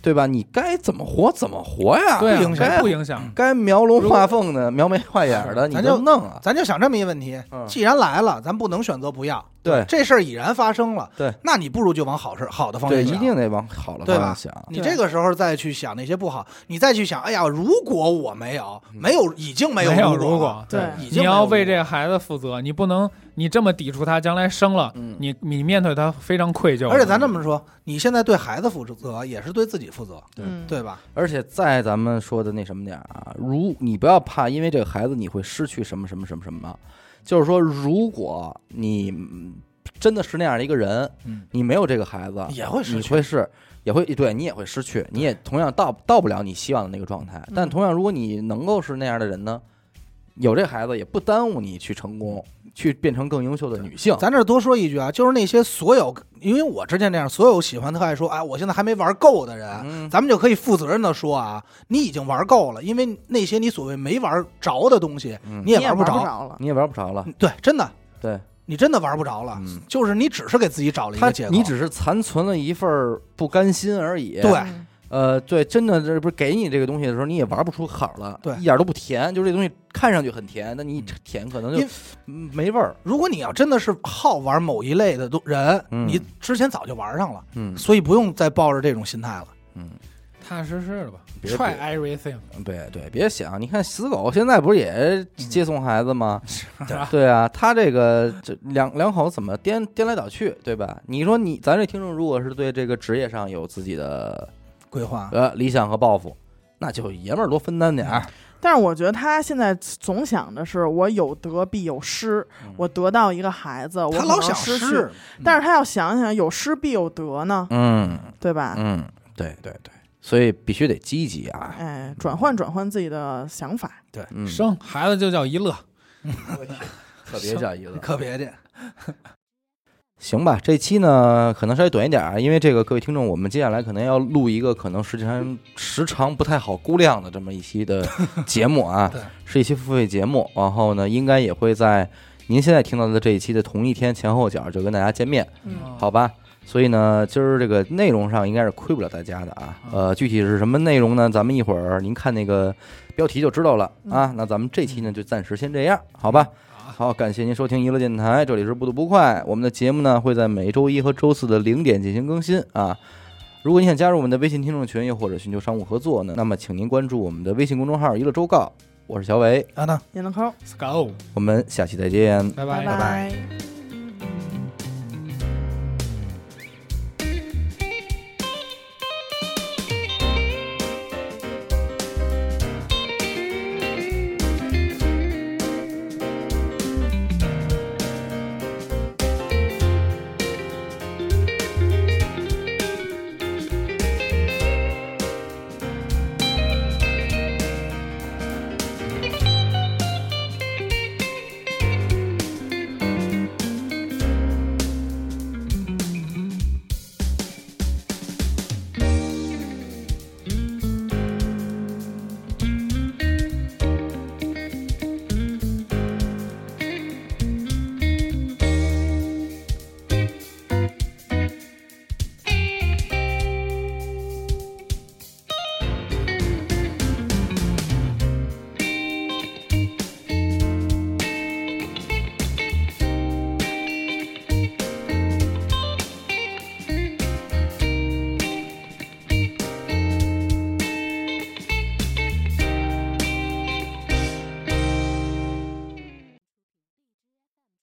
S1: 对吧？你该怎么活怎么活呀，
S4: 对啊，
S2: 不影响
S1: 该
S4: 不影响？
S1: 该描龙画凤的、描眉画眼的，
S2: 是
S1: 你
S2: 咱
S1: 就
S2: 就
S1: 弄啊。
S2: 咱就想这么一问题
S1: 嗯：
S2: 既然来了，咱不能选择不要。
S1: 对
S2: 这事儿已然发生了，
S1: 对，
S2: 那你不如就往好事、好的方
S1: 对，
S2: 面
S1: 一
S2: 想。
S1: 定得往好了
S2: 啊对
S1: 方
S2: 吧
S1: 向啊想。
S2: 你这个时候再去想那些不好，你再去想，哎呀，如果我没有，
S1: 嗯
S2: 没有，已经没有，
S4: 有
S2: 如
S4: 如
S2: 果，
S4: 果。
S3: 对
S2: 已经
S4: 你
S2: 没有
S4: 要
S2: 如果
S4: 为这个孩子负责，你不能你这么抵触他，将来生了
S1: 嗯，
S4: 你你面对他非常愧疚。
S2: 而且咱这么说，你现在对孩子负责，也是对自己负责，
S3: 嗯，
S2: 对吧？
S1: 而且在咱们说的那什么点儿啊，如你不要怕，因为这个孩子你会失去什么什么什么什么，就是说，如果你嗯真的是那样的一个人，
S2: 嗯，
S1: 你没有这个孩子，
S2: 也会
S1: 嗯
S2: 失
S1: 你
S2: 去。
S1: 会是也会对你也会失去，你也同样到到不了你希望的那个状态。
S2: 嗯
S1: 但同样，如果你能够是那样的人呢，有这孩子也不耽误你去成功，去变成更优秀的女性。
S2: 咱这儿多说一句啊，就是那些所有，因为我之前那样，所有喜欢特爱说，哎，我现在还没玩够的人，
S1: 嗯，
S2: 咱们就可以负责任的说啊，你已经玩够了，因为那些你所谓没玩着的东西，
S1: 嗯
S2: 你也玩
S3: 不
S2: 着。
S3: 了，
S1: 你也玩不着了，
S2: 对，真的，
S1: 对，
S2: 你真的玩不嗯着了，
S1: 嗯
S2: 就是你只是给自己找了一
S1: 他
S2: 个借口。
S1: 你只是残存了一份儿不甘心而已。
S2: 对
S3: 嗯
S1: 呃，对，真的，这不是给你这个东西的时候，你也玩不出好了，
S2: 对
S1: 一点都不甜。就是这东西看上去很甜，但你一舔可能
S2: 因
S1: 就
S2: 为
S1: 嗯没味儿。
S2: 如果你要真的是好玩某一类的东人，
S1: 嗯
S2: 你之前早就玩上了，
S1: 嗯
S2: 所以不用再抱着这种心态了。
S1: 嗯，
S4: 踏踏实实的吧
S1: 别
S4: ，try everything。
S1: 嗯对对，别想，你看死狗现在不是
S2: 嗯
S1: 也接送孩子
S2: *laughs*
S1: 吗？
S4: 是吧
S1: 对啊，他这个这两两口怎么颠颠来倒去，对吧？你说你咱这听众如果是对这个职业上有自己的
S2: 规划，
S1: 呃理想和抱负，那就爷们儿多分担点儿。
S3: 但是我觉得他现在总想的是，我有得必有失，
S1: 嗯
S3: 我得到一个孩子，我
S2: 他
S3: 可
S2: 老
S3: 能
S2: 想
S3: 失去，
S2: 试，
S3: 但是他要想想有失必有得呢，
S1: 嗯
S3: 对吧？
S1: 嗯，对对对，所以必须得积极啊。
S3: 哎，转换转换自己的想法，
S1: 嗯，
S4: 生孩子就叫一乐，
S1: 特别叫一个
S2: 可别介。
S1: 行吧，这期呢可能稍微短一点啊，因为这个各位听众，我们接下来可能要录一个可能时长时长不太好估量的这么一期的节目啊
S2: 对，
S1: 是一期付费节目。然后呢，应该也会在您现在听到的这一期的同一天前后脚就跟大家见面，
S3: 嗯，
S1: 好吧？所以呢，今儿这个内容上应该是亏不了大家的啊。呃，具体是什么内容呢？咱们一会儿您看那个标题就知道了啊。那咱们这期呢就暂时先这样，好吧？
S4: 啊，
S1: 好，感谢您收听娱乐电台，这里是不吐不快。我们的节目呢会在每周一和周四的零点进行更新啊。如果您想加入我们的微信听众群，又或者寻求商务合作呢，那么请您关注我们的微信公众号“娱乐周告”。我是小伟，
S2: 啊，那
S3: 闫德抠，
S4: ，Let's go，
S1: 我们下期再见。
S4: 拜
S3: 拜
S4: 拜。
S2: 拜
S3: 拜